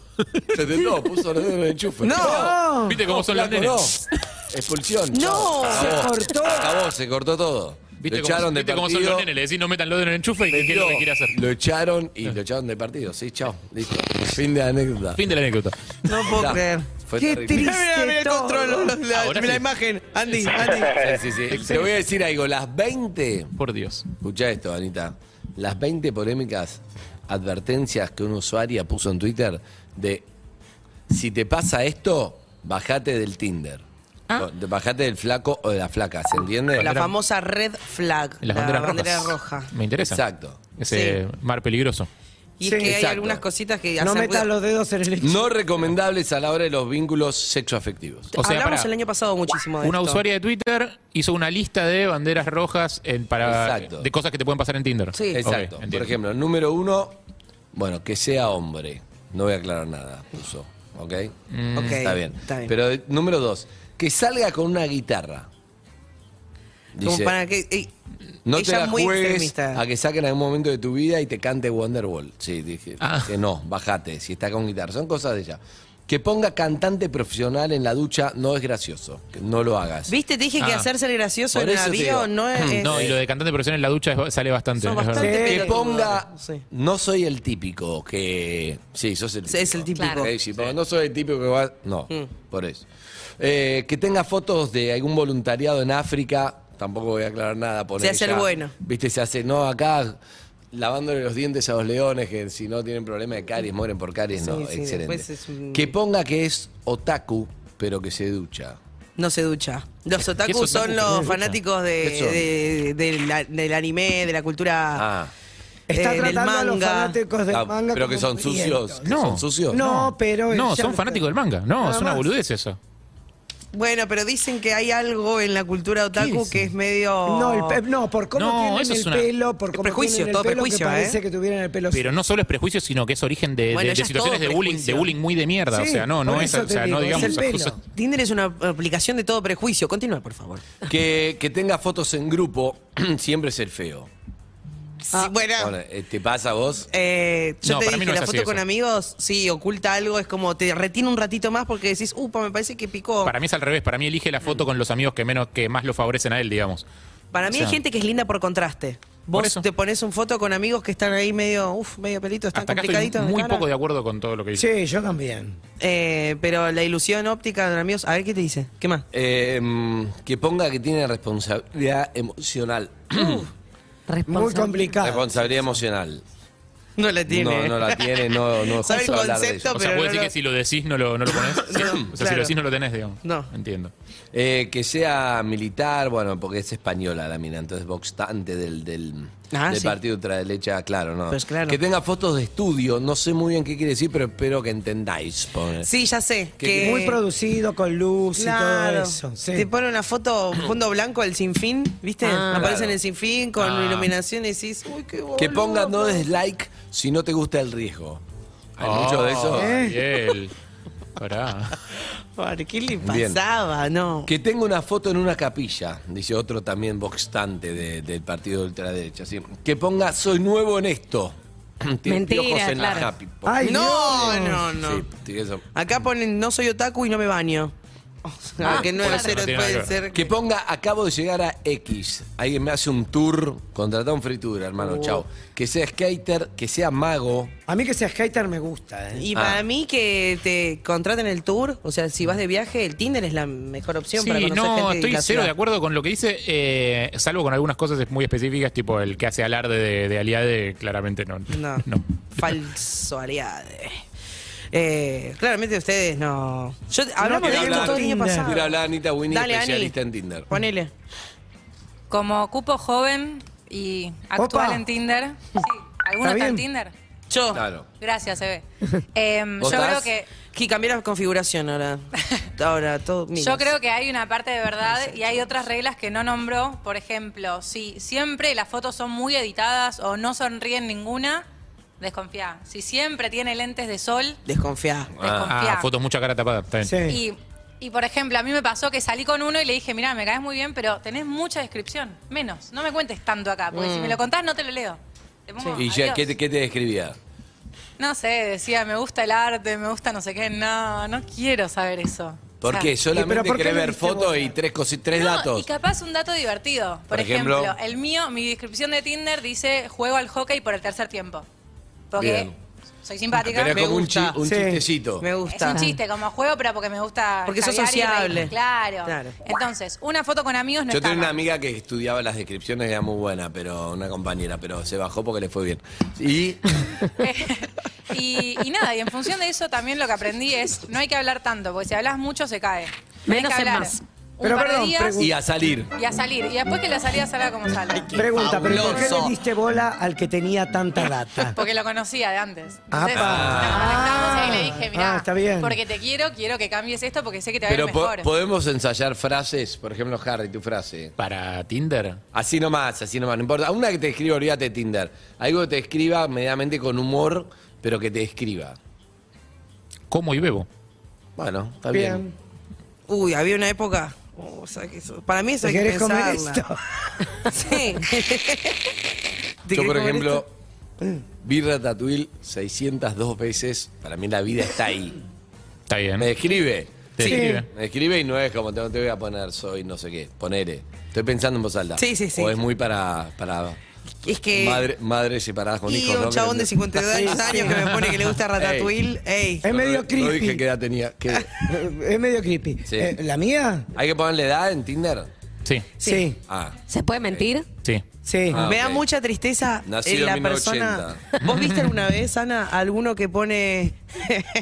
S2: Se tentó, puso los dedos en el enchufe.
S3: ¡No!
S6: ¿Viste cómo son
S2: Flaco,
S6: los nenes?
S2: no. Expulsión.
S3: No,
S2: chao.
S5: se
S2: Acabó.
S5: cortó.
S2: Acabó, se cortó todo. Lo
S6: ¿Viste,
S2: echaron
S6: cómo,
S2: de
S6: viste cómo son
S2: partido.
S6: los nenes? Le decís no metan los dedos en el enchufe y qué es lo que quiere hacer.
S2: Lo echaron y lo echaron de partido. Sí, chao. Listo. Fin de anécdota.
S6: Fin de la anécdota.
S3: No puedo
S2: Ya.
S3: creer.
S2: Fue
S5: Qué
S2: terrible.
S5: triste.
S3: Mira, mira, mira el
S5: todo.
S3: control. los- la-
S6: Ahora
S3: mira la
S6: sí.
S3: imagen. Andy, Andy.
S2: Sí, sí, sí. Te voy a decir algo. Las 20,
S6: Por Dios.
S2: escucha esto, Anita. Las 20 polémicas advertencias que una usuaria puso en Twitter de si te pasa esto, bajate del Tinder.
S6: Ah.
S2: O, de- Bajate del flaco o de la flaca, ¿se entiende?
S3: La famosa red flag. la
S6: Las banderas
S3: bandera
S6: rojas.
S3: roja.
S6: Me interesa.
S2: Exacto.
S6: Ese mar peligroso.
S3: Y
S5: Sí,
S3: es que
S2: exacto.
S3: hay algunas cositas que
S5: No
S3: hacen
S5: metas
S3: ruido.
S5: los dedos en el enchufe.
S2: No recomendables a la hora de los vínculos sexoafectivos.
S6: O sea,
S3: Hablamos
S6: pará.
S3: el año pasado muchísimo de
S6: Una
S3: esto.
S6: usuaria de Twitter hizo una lista de banderas rojas en- para
S2: Exacto.
S6: de cosas que te pueden pasar en Tinder.
S3: Sí.
S2: Exacto.
S6: Ok,
S2: Por
S6: entiendo.
S2: ejemplo, número uno, bueno, que sea hombre. No voy a aclarar nada, puso. ¿Ok?
S6: Mm.
S3: Ok,
S2: Está bien. Pero eh, número dos, que salga con una guitarra.
S3: Como
S2: Dice,
S3: para que, ey,
S2: no te
S3: ella
S2: la
S3: muy
S2: juegues
S3: extremista.
S2: a que saquen algún momento de tu vida y te cante Wonderwall. Sí, dije,
S6: Ah.
S2: que no, bajate, si está con guitarra. Son cosas de ella. Que ponga cantante profesional en la ducha no es gracioso. Que no lo hagas.
S3: Viste, te dije que
S6: Ah.
S3: hacerse el gracioso
S2: Por
S3: en el
S2: eso te digo.
S3: avión no es.
S6: No, eh. y lo de cantante profesional en la ducha es- sale bastante.
S3: Son
S6: es verdad.
S3: bastante
S2: Que
S3: pelotudos.
S2: Eh, ponga.
S3: Sí.
S2: No soy el típico que. Sí, sos el típico.
S3: Es el típico.
S2: Ok, sí, Hmm. porque No soy el típico que va. No, por eso. Eh, que tenga fotos de algún voluntariado en África. Tampoco voy a aclarar nada. poner
S3: Se hace el
S2: ya.
S3: bueno.
S2: Viste, se hace. No, acá lavándole los dientes a los leones que si no tienen problema de caries, mueren por caries. no,
S3: Sí, sí,
S2: excelente.
S3: después es un-
S2: Que ponga que es otaku, pero que se ducha.
S3: No se ducha. Los otakus
S6: otaku que
S3: son
S6: no se
S3: los
S6: ducha?
S3: fanáticos de,
S2: ¿Qué son?
S3: de- del, del anime, de la cultura.
S2: Ah.
S3: eh,
S5: Está
S3: del
S5: tratando a los
S3: manga.
S5: fanáticos del
S2: Ah,
S5: manga.
S2: pero que
S5: como
S2: son sucios.
S5: mugrientos.
S2: que
S6: No.
S2: son sucios.
S5: No, pero.
S6: No,
S5: ya
S6: son
S5: lo-
S6: fanáticos del manga. No,
S5: Nada
S6: es una
S5: más.
S6: boludez eso.
S3: Bueno, pero dicen que hay algo en la cultura otaku
S6: es?
S3: que es medio.
S5: No, el pe- no, por cómo
S6: No,
S5: tienen
S6: eso es
S5: el
S6: una-
S5: pelo, por
S3: Es
S5: cómo
S3: prejuicio,
S5: tienen el
S3: todo
S5: pelo,
S3: prejuicio,
S5: que parece
S3: ¿eh?
S5: que tuvieran el pelo
S6: Pero no solo es prejuicio, sino que es origen de, de-
S3: Bueno,
S6: de
S3: ya es
S6: situaciones
S3: todo
S6: de bullying, de
S3: prejuicio.
S6: bullying muy de mierda. o
S5: Sí,
S6: sea, no,
S5: por
S6: no es,
S5: eso
S6: o sea,
S5: te
S6: no
S5: digo,
S6: digamos
S5: es el
S6: esas
S5: pelo.
S6: cosas.
S3: Tinder es una aplicación de todo prejuicio. Continúa, por favor.
S2: Ah. Que, que tenga fotos en grupo siempre es el feo.
S3: Sí, bueno.
S2: Bueno, eh, ¿Te pasa a vos?
S3: eh, yo
S6: No,
S3: te
S6: para
S3: dije,
S6: mí no
S3: la
S6: es así
S3: foto con
S6: eso.
S3: amigos, sí, oculta algo, es como te retiene un ratito más porque decís, upa, me parece que picó.
S6: Para mí es al revés. Para mí elige la foto con los amigos que menos que más lo favorecen a él, digamos.
S3: Para mí
S6: O sea,
S3: hay gente que es linda por contraste.
S6: Por
S3: Vos
S6: eso.
S3: te pones un foto con amigos que están ahí medio, uff, medio pelito, están
S6: Hasta acá estoy
S3: complicaditos.
S6: muy
S3: cara.
S6: poco de acuerdo con todo lo que dice.
S5: Sí, yo también.
S3: Eh, pero la ilusión óptica de los amigos, a ver qué te dice. ¿Qué más?
S2: Eh, mm, que ponga que tiene responsabilidad emocional.
S5: Muy
S4: Responsable.
S5: complicado.
S2: responsabilidad emocional.
S3: No la tiene.
S2: No, no la tiene, no, no es
S3: Sabe el
S2: justo hablar de
S3: concepto,
S2: eso.
S6: O sea,
S3: pero
S6: puede
S3: no
S6: decir
S3: lo-
S6: que si lo decís no lo, no lo pones. Sí. o sea, si
S3: claro.
S6: lo decís no lo tenés, digamos.
S3: No.
S6: Entiendo.
S2: Eh, que sea militar, bueno, porque es española la mina, entonces bastante del, del,
S3: Ah,
S2: del
S3: sí.
S2: partido ultraderecha, claro, ¿no?
S3: Pues claro.
S2: Que tenga fotos de estudio, no sé muy bien qué quiere decir, pero espero que entendáis. pone.
S3: Sí, ya sé.
S2: Que-
S3: Que,
S5: Muy producido, con luz
S3: Claro.
S5: y todo eso. sí.
S3: Te pone una foto fondo blanco el sinfín, ¿viste?
S4: Ah.
S3: Aparece
S2: Claro.
S3: en el sinfín con
S6: Ah.
S3: iluminación y decís, uy, qué boludo.
S2: Que ponga no dislike si no te gusta el riesgo. Hay
S3: Oh.
S2: mucho de eso.
S3: Eh.
S6: Ariel. Pará.
S3: Por, ¿Qué le
S2: Bien.
S3: pasaba? No.
S2: Que tenga una foto en una capilla, dice otro también boxtante de- del partido de ultraderecha. ¿sí? Que ponga, soy nuevo en esto. Tiene
S4: Mentira,
S2: piojos en la
S4: claro.
S2: happy.
S5: Ay,
S3: no,
S5: Dios.
S3: no, no.
S2: Sí, sí, eso.
S3: Acá ponen, no soy otaku y no me baño. O sea, que no
S6: Ah, claro. No tiene nada
S3: puede
S6: que
S3: ser.
S2: Que ponga, acabo de llegar a X. Alguien me hace un tour, contratá un fritura, hermano, chao. Que sea skater, que sea mago.
S5: A mí que sea skater me gusta, ¿eh?
S3: Y
S2: Ah.
S3: para mí que te contraten el tour, o sea, si vas de viaje, el Tinder es la mejor opción para
S6: Sí,
S3: conocer
S6: no,
S3: gente
S6: estoy
S3: la
S6: cero
S3: ciudad.
S6: de acuerdo con lo que dice, eh, salvo con algunas cosas muy específicas, tipo el que hace alarde de, de Aliade, claramente no.
S3: No.
S6: no.
S3: Falso aliade. Eh, claramente ustedes no. Yo, hablamos
S5: quiero
S3: de esto
S5: hablar.
S3: todo el año
S5: Tinder.
S3: pasado.
S2: Mira, habla Anita Winnie,
S3: Dale, Ani.
S2: especialista en Tinder.
S3: Ponele.
S1: Como cupo joven y actual
S5: Opa.
S1: en Tinder. Sí, ¿alguno
S5: Está
S1: está,
S5: bien.
S1: en Tinder?
S3: Yo.
S2: Claro.
S1: Gracias, Ebe. Em, yo
S2: ¿Vos estás?
S1: creo que
S3: Que cambié la configuración ahora. Ahora todo. miras.
S1: yo creo que hay una parte de verdad y hay otras reglas que no nombró. Por ejemplo, si siempre las fotos son muy editadas o no sonríen ninguna, desconfía. Si siempre tiene lentes de sol,
S3: Desconfiá.
S1: desconfía.
S6: Ah, fotos mucha cara tapada. Está bien.
S5: Sí.
S1: Y, y, por ejemplo, a mí me pasó que salí con uno y le dije, mira, me caes muy bien, pero tenés mucha descripción. Menos. No me cuentes tanto acá, porque si me lo contás no te lo leo. Te pongo,
S2: Mm. ¿Y ya
S1: "Adiós".
S2: qué te, qué te describía?
S1: No sé, decía, me gusta el arte, me gusta no sé qué. No, no quiero saber eso.
S2: ¿Por qué?
S5: pero
S2: Solamente
S5: ¿por qué
S2: querés
S5: le
S2: ver
S5: diste
S2: fotos
S5: bola?
S2: y tres, cosi- tres
S1: No,
S2: datos.
S1: Y capaz un dato divertido. Por,
S2: Por ejemplo.
S1: ejemplo, el mío, mi descripción de Tinder dice juego al hockey por el tercer tiempo. Porque
S2: Bien.
S1: soy simpática.
S2: Pero es
S3: me
S2: como un, chi-
S3: gusta.
S2: un
S5: Sí.
S2: chistecito.
S3: Me
S1: Es
S3: gusta.
S1: un chiste como juego, pero porque me gusta.
S3: Porque sos
S1: escabiar y reír.
S3: sociable.
S1: Claro.
S3: Claro.
S1: Entonces, una foto con amigos no
S2: Yo
S1: está
S2: tenía una
S1: mal.
S2: amiga que estudiaba las descripciones, era muy buena, pero una compañera, pero se bajó porque le fue bien. Y
S1: y, y nada, y en función de eso también lo que aprendí es no hay que hablar tanto, porque si hablas mucho se cae. Tenés
S4: Menos
S1: que
S4: es
S1: hablar
S4: más.
S1: Un
S5: Pero
S1: par de
S5: perdón,
S1: días
S2: y a salir.
S1: y a salir. Y después que la salida salga como salga.
S5: Pregunta, ¿pero por qué
S2: fabuloso.
S5: le diste bola al que tenía tanta data?
S1: Porque lo conocía de antes.
S5: ¡Apa!
S1: Entonces, nos conectamos y le dije, mirá,
S5: Ah, está bien.
S1: porque te quiero, quiero que cambies esto porque sé que te va a ir
S2: Pero po-
S1: mejor.
S2: podemos ensayar frases, por ejemplo, Harry, tu frase.
S6: Para Tinder.
S2: Así nomás, así nomás, no importa. Una que te escriba, olvídate de Tinder. Algo que te escriba medianamente con humor, pero que te escriba.
S6: Como y bebo.
S2: Bueno, está bien.
S3: Uy, había una época. oh, o sea, que eso- para mí eso
S5: ¿Te
S3: hay que
S5: querés comer
S3: pensarla.
S5: esto?
S3: Sí. ¿Te
S2: Yo,
S3: querés
S2: por
S3: comer
S2: ejemplo,
S3: esto?
S2: vi Ratatouille 602 veces. Para mí la vida está ahí.
S6: Está
S3: ¿Eh?
S6: bien.
S2: Me escribe.
S6: Te escribe.
S2: Me escribe y no es como te, te voy a poner, soy no sé qué. Ponele. Estoy pensando en voz alta.
S3: Sí, sí, sí.
S2: O es muy para, para
S3: Es que.
S2: madre, madres separadas con
S3: y
S2: hijos.
S3: un
S2: ¿no?
S3: chabón de 52 años que me pone que le gusta Ratatouille. Ey.
S5: Es medio
S2: No dije
S5: creepy.
S2: qué edad tenía. ¿Qué?
S5: Es medio creepy.
S2: Sí.
S5: Eh, ¿La mía?
S2: ¿Hay que ponerle edad en Tinder?
S6: Sí,
S5: Sí.
S2: Ah.
S4: ¿Se puede mentir?
S6: sí.
S5: Sí.
S2: Ah,
S3: me da
S2: ok.
S3: mucha tristeza
S2: Nacido
S3: en la
S2: en
S3: persona. ¿Vos viste alguna vez, Ana, alguno que pone.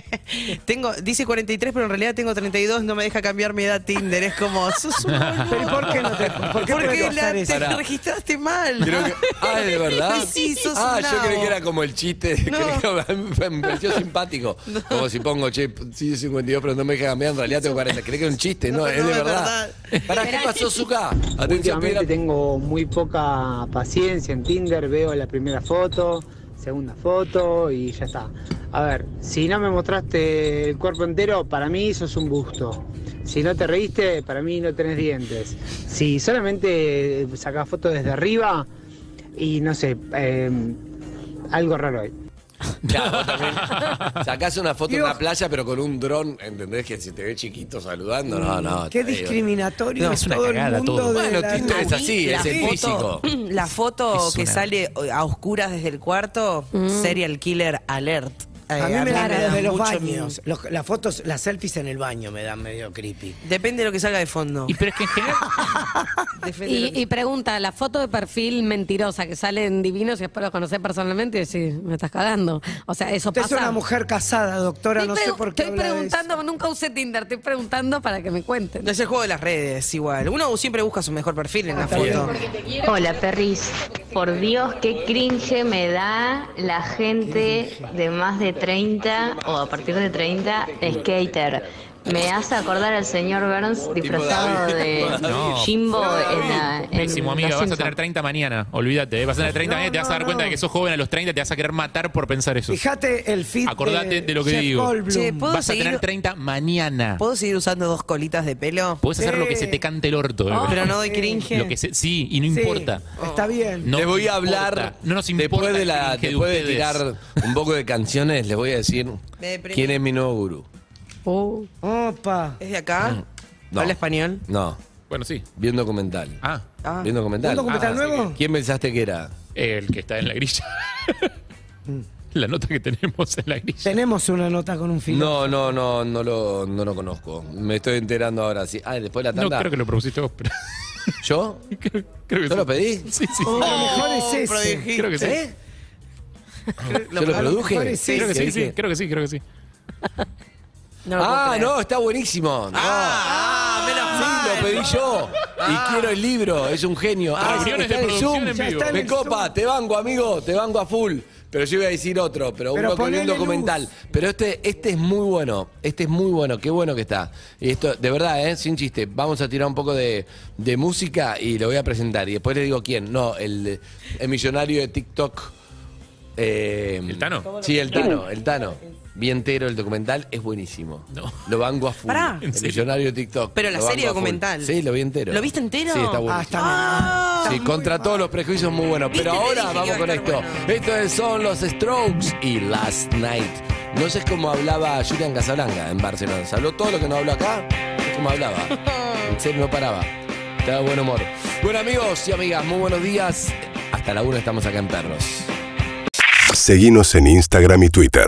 S3: tengo Dice 43, pero en realidad tengo 32, no me deja cambiar mi edad Tinder. Es como. Sos un boludo.
S5: ¿Pero por qué no te, por qué puede
S3: Porque la-
S5: pasar
S3: te
S5: eso?
S2: Pará.
S3: registraste mal.
S2: Creo que- ah, ¿de verdad?
S3: Sí, sos
S2: ah,
S3: un
S2: yo creí
S3: nabo.
S2: que era como el chiste. de- que- me pareció simpático. Como si pongo, che, sí, 52, pero no me deja cambiar. En realidad tengo 40. Creí que era un chiste. No,
S3: No,
S2: es
S3: no,
S2: de
S3: es
S2: verdad. ¿Para qué pasó, Zuka? Atención,
S8: Últimamente
S2: Piedra.
S8: tengo muy poca paciencia en Tinder, veo la primera foto, segunda foto y ya está. A ver, si no me mostraste el cuerpo entero, para mí sos un busto. Si no te reíste, para mí no tenés dientes. Si solamente sacás fotos desde arriba y no sé, eh, algo raro hay.
S2: Ya, vos también. Sacás una foto en una playa, pero con un dron. ¿Entendés que si te ve chiquito saludando? No, no.
S5: Qué
S2: te digo.
S5: discriminatorio
S6: No,
S5: es
S6: es una
S5: todo
S6: cagada
S5: el mundo de
S6: todo.
S2: Bueno,
S5: la-
S2: Tinder es así,
S3: La
S2: es el físico.
S3: foto- La foto
S6: Es
S3: que
S6: una-
S3: sale a oscuras desde el cuarto, serial killer alert. Eh,
S5: A mí me dan
S3: da
S5: de los
S3: mucho
S5: baños.
S3: miedo.
S5: Los- las fotos, las selfies en el baño me dan medio creepy.
S3: Depende de lo que salga de fondo.
S6: Y pero es que en general.
S3: Depende de lo
S4: Y,
S3: que-
S4: y pregunta, la foto de perfil mentirosa que sale en Divinos y después los conocés personalmente y decís, me estás cagando. O sea, eso
S5: Usted
S4: pasa.
S5: es una mujer casada, doctora,
S4: Estoy,
S5: no sé
S4: pregu-
S5: por qué.
S4: estoy
S5: habla de eso.
S4: preguntando, nunca usé Tinder, estoy preguntando para que me cuenten.
S3: Es el juego de las redes, igual. Uno siempre busca su mejor perfil en la
S5: bien.
S3: foto.
S9: Hola, perris. Por Dios, qué cringe me da la gente de más de 30 o a partir de 30 skater. Me hace acordar al señor Burns disfrazado
S2: David.
S9: de
S6: No.
S9: Jimbo en la.
S3: eh,
S9: en
S6: Pésimo,
S9: Los
S6: amiga. Vas a
S9: Simpson.
S6: tener 30 mañana. Olvídate. eh. Vas a tener 30
S5: No,
S6: mañana y te vas a dar
S5: no,
S6: cuenta de
S5: no.
S6: que sos joven a los 30. Te vas a querer matar por pensar eso.
S5: Fíjate el feed
S6: Acordate de lo que
S5: Jeff
S6: digo.
S5: Goldblum.
S3: Che, ¿puedo
S6: Vas a
S3: seguir,
S6: tener 30 mañana.
S3: ¿Puedo seguir usando dos colitas de pelo?
S6: Puedes hacer lo que
S5: Sí.
S6: se te cante el orto. eh.
S3: Ah, Pero no doy cringe.
S6: Lo que se- sí, y no
S5: Sí,
S6: importa.
S5: Está bien.
S6: No
S2: les voy a
S6: nos importa.
S2: hablar
S6: No nos importa
S2: después de
S6: el
S2: la
S6: cringe de
S2: después de
S6: ustedes.
S2: tirar un poco de canciones les voy a decir
S3: Me deprimí.
S2: quién es mi nuevo gurú.
S4: Oh.
S5: Opa.
S3: ¿Es de acá?
S2: No.
S3: ¿Habla español?
S2: No,
S6: Bueno, sí.
S2: vi un documental.
S6: Ah,
S3: Ah.
S2: ¿Vi un documental?
S5: ¿Un documental
S6: Ah,
S5: nuevo?
S2: ¿Quién pensaste que era?
S6: el que está en la grilla. la nota que tenemos en la grilla.
S5: Tenemos una nota con un film.
S2: No, no, no, no lo, no lo conozco. Me estoy enterando ahora sí. Ah, después de la
S6: No
S2: tanda.
S6: creo que lo propusiste vos, pero
S2: ¿Yo?
S6: creo, creo que
S2: ¿Yo lo
S6: sí.
S2: pedí? Oh.
S6: Sí, sí.
S5: Lo mejor es ese.
S6: creo que sí.
S2: ¿Eh? ¿Yo lo
S5: A lo mejor
S2: produje?
S5: es ese.
S6: Creo que
S2: ¿Qué
S6: sí,
S2: dije?
S6: sí, creo que sí, creo que sí.
S4: No lo puedo
S2: Ah,
S4: creer.
S2: no, está buenísimo. No.
S3: Ah, ah, menos
S2: Sí, lo
S3: mal.
S2: pedí yo. Y quiero el libro, es un genio. Ah,
S6: Ah. Reuniones
S2: está
S6: de
S2: en el
S6: producción
S2: Zoom.
S6: en Ya vivo.
S5: está en
S2: Me
S5: el
S2: copa,
S5: Zoom.
S2: te banco, amigo, te banco a full. Pero yo iba a decir otro, pero,
S5: Pero
S2: un, docu-
S5: ponele
S2: un documental.
S5: luz.
S2: Pero este, este es muy bueno, este es muy bueno, qué bueno que está. Y esto, de verdad, ¿eh? sin chiste, vamos a tirar un poco de, de música y lo voy a presentar. Y después le digo quién. No, el, el millonario de TikTok. eh,
S6: ¿El Tano?
S2: Sí, el Tano, el Tano. Bien entero el documental, es buenísimo.
S6: No.
S2: Lo banco a full.
S3: Pará.
S2: El millonario de TikTok.
S3: Pero la
S2: Lo banco
S3: serie
S2: a full.
S3: documental.
S2: Sí, lo vi entero.
S3: ¿Lo viste entero?
S2: Sí, está bueno.
S5: Ah, está
S2: Sí, contra todos los prejuicios muy bueno. Pero
S3: Viste, te
S2: ahora
S3: dije que
S2: vamos
S3: iba a
S2: con
S3: estar
S2: esto.
S3: bueno.
S2: Esto es- son los Strokes y Last Night. No sé cómo hablaba Julian Casablanca en Barcelona. Se habló todo lo que no habló acá, es como hablaba. En serio, no paraba. Estaba de buen humor. Bueno, amigos y amigas, muy buenos días. Hasta la 1 estamos acá en Perros.
S10: Seguinos en Instagram y Twitter.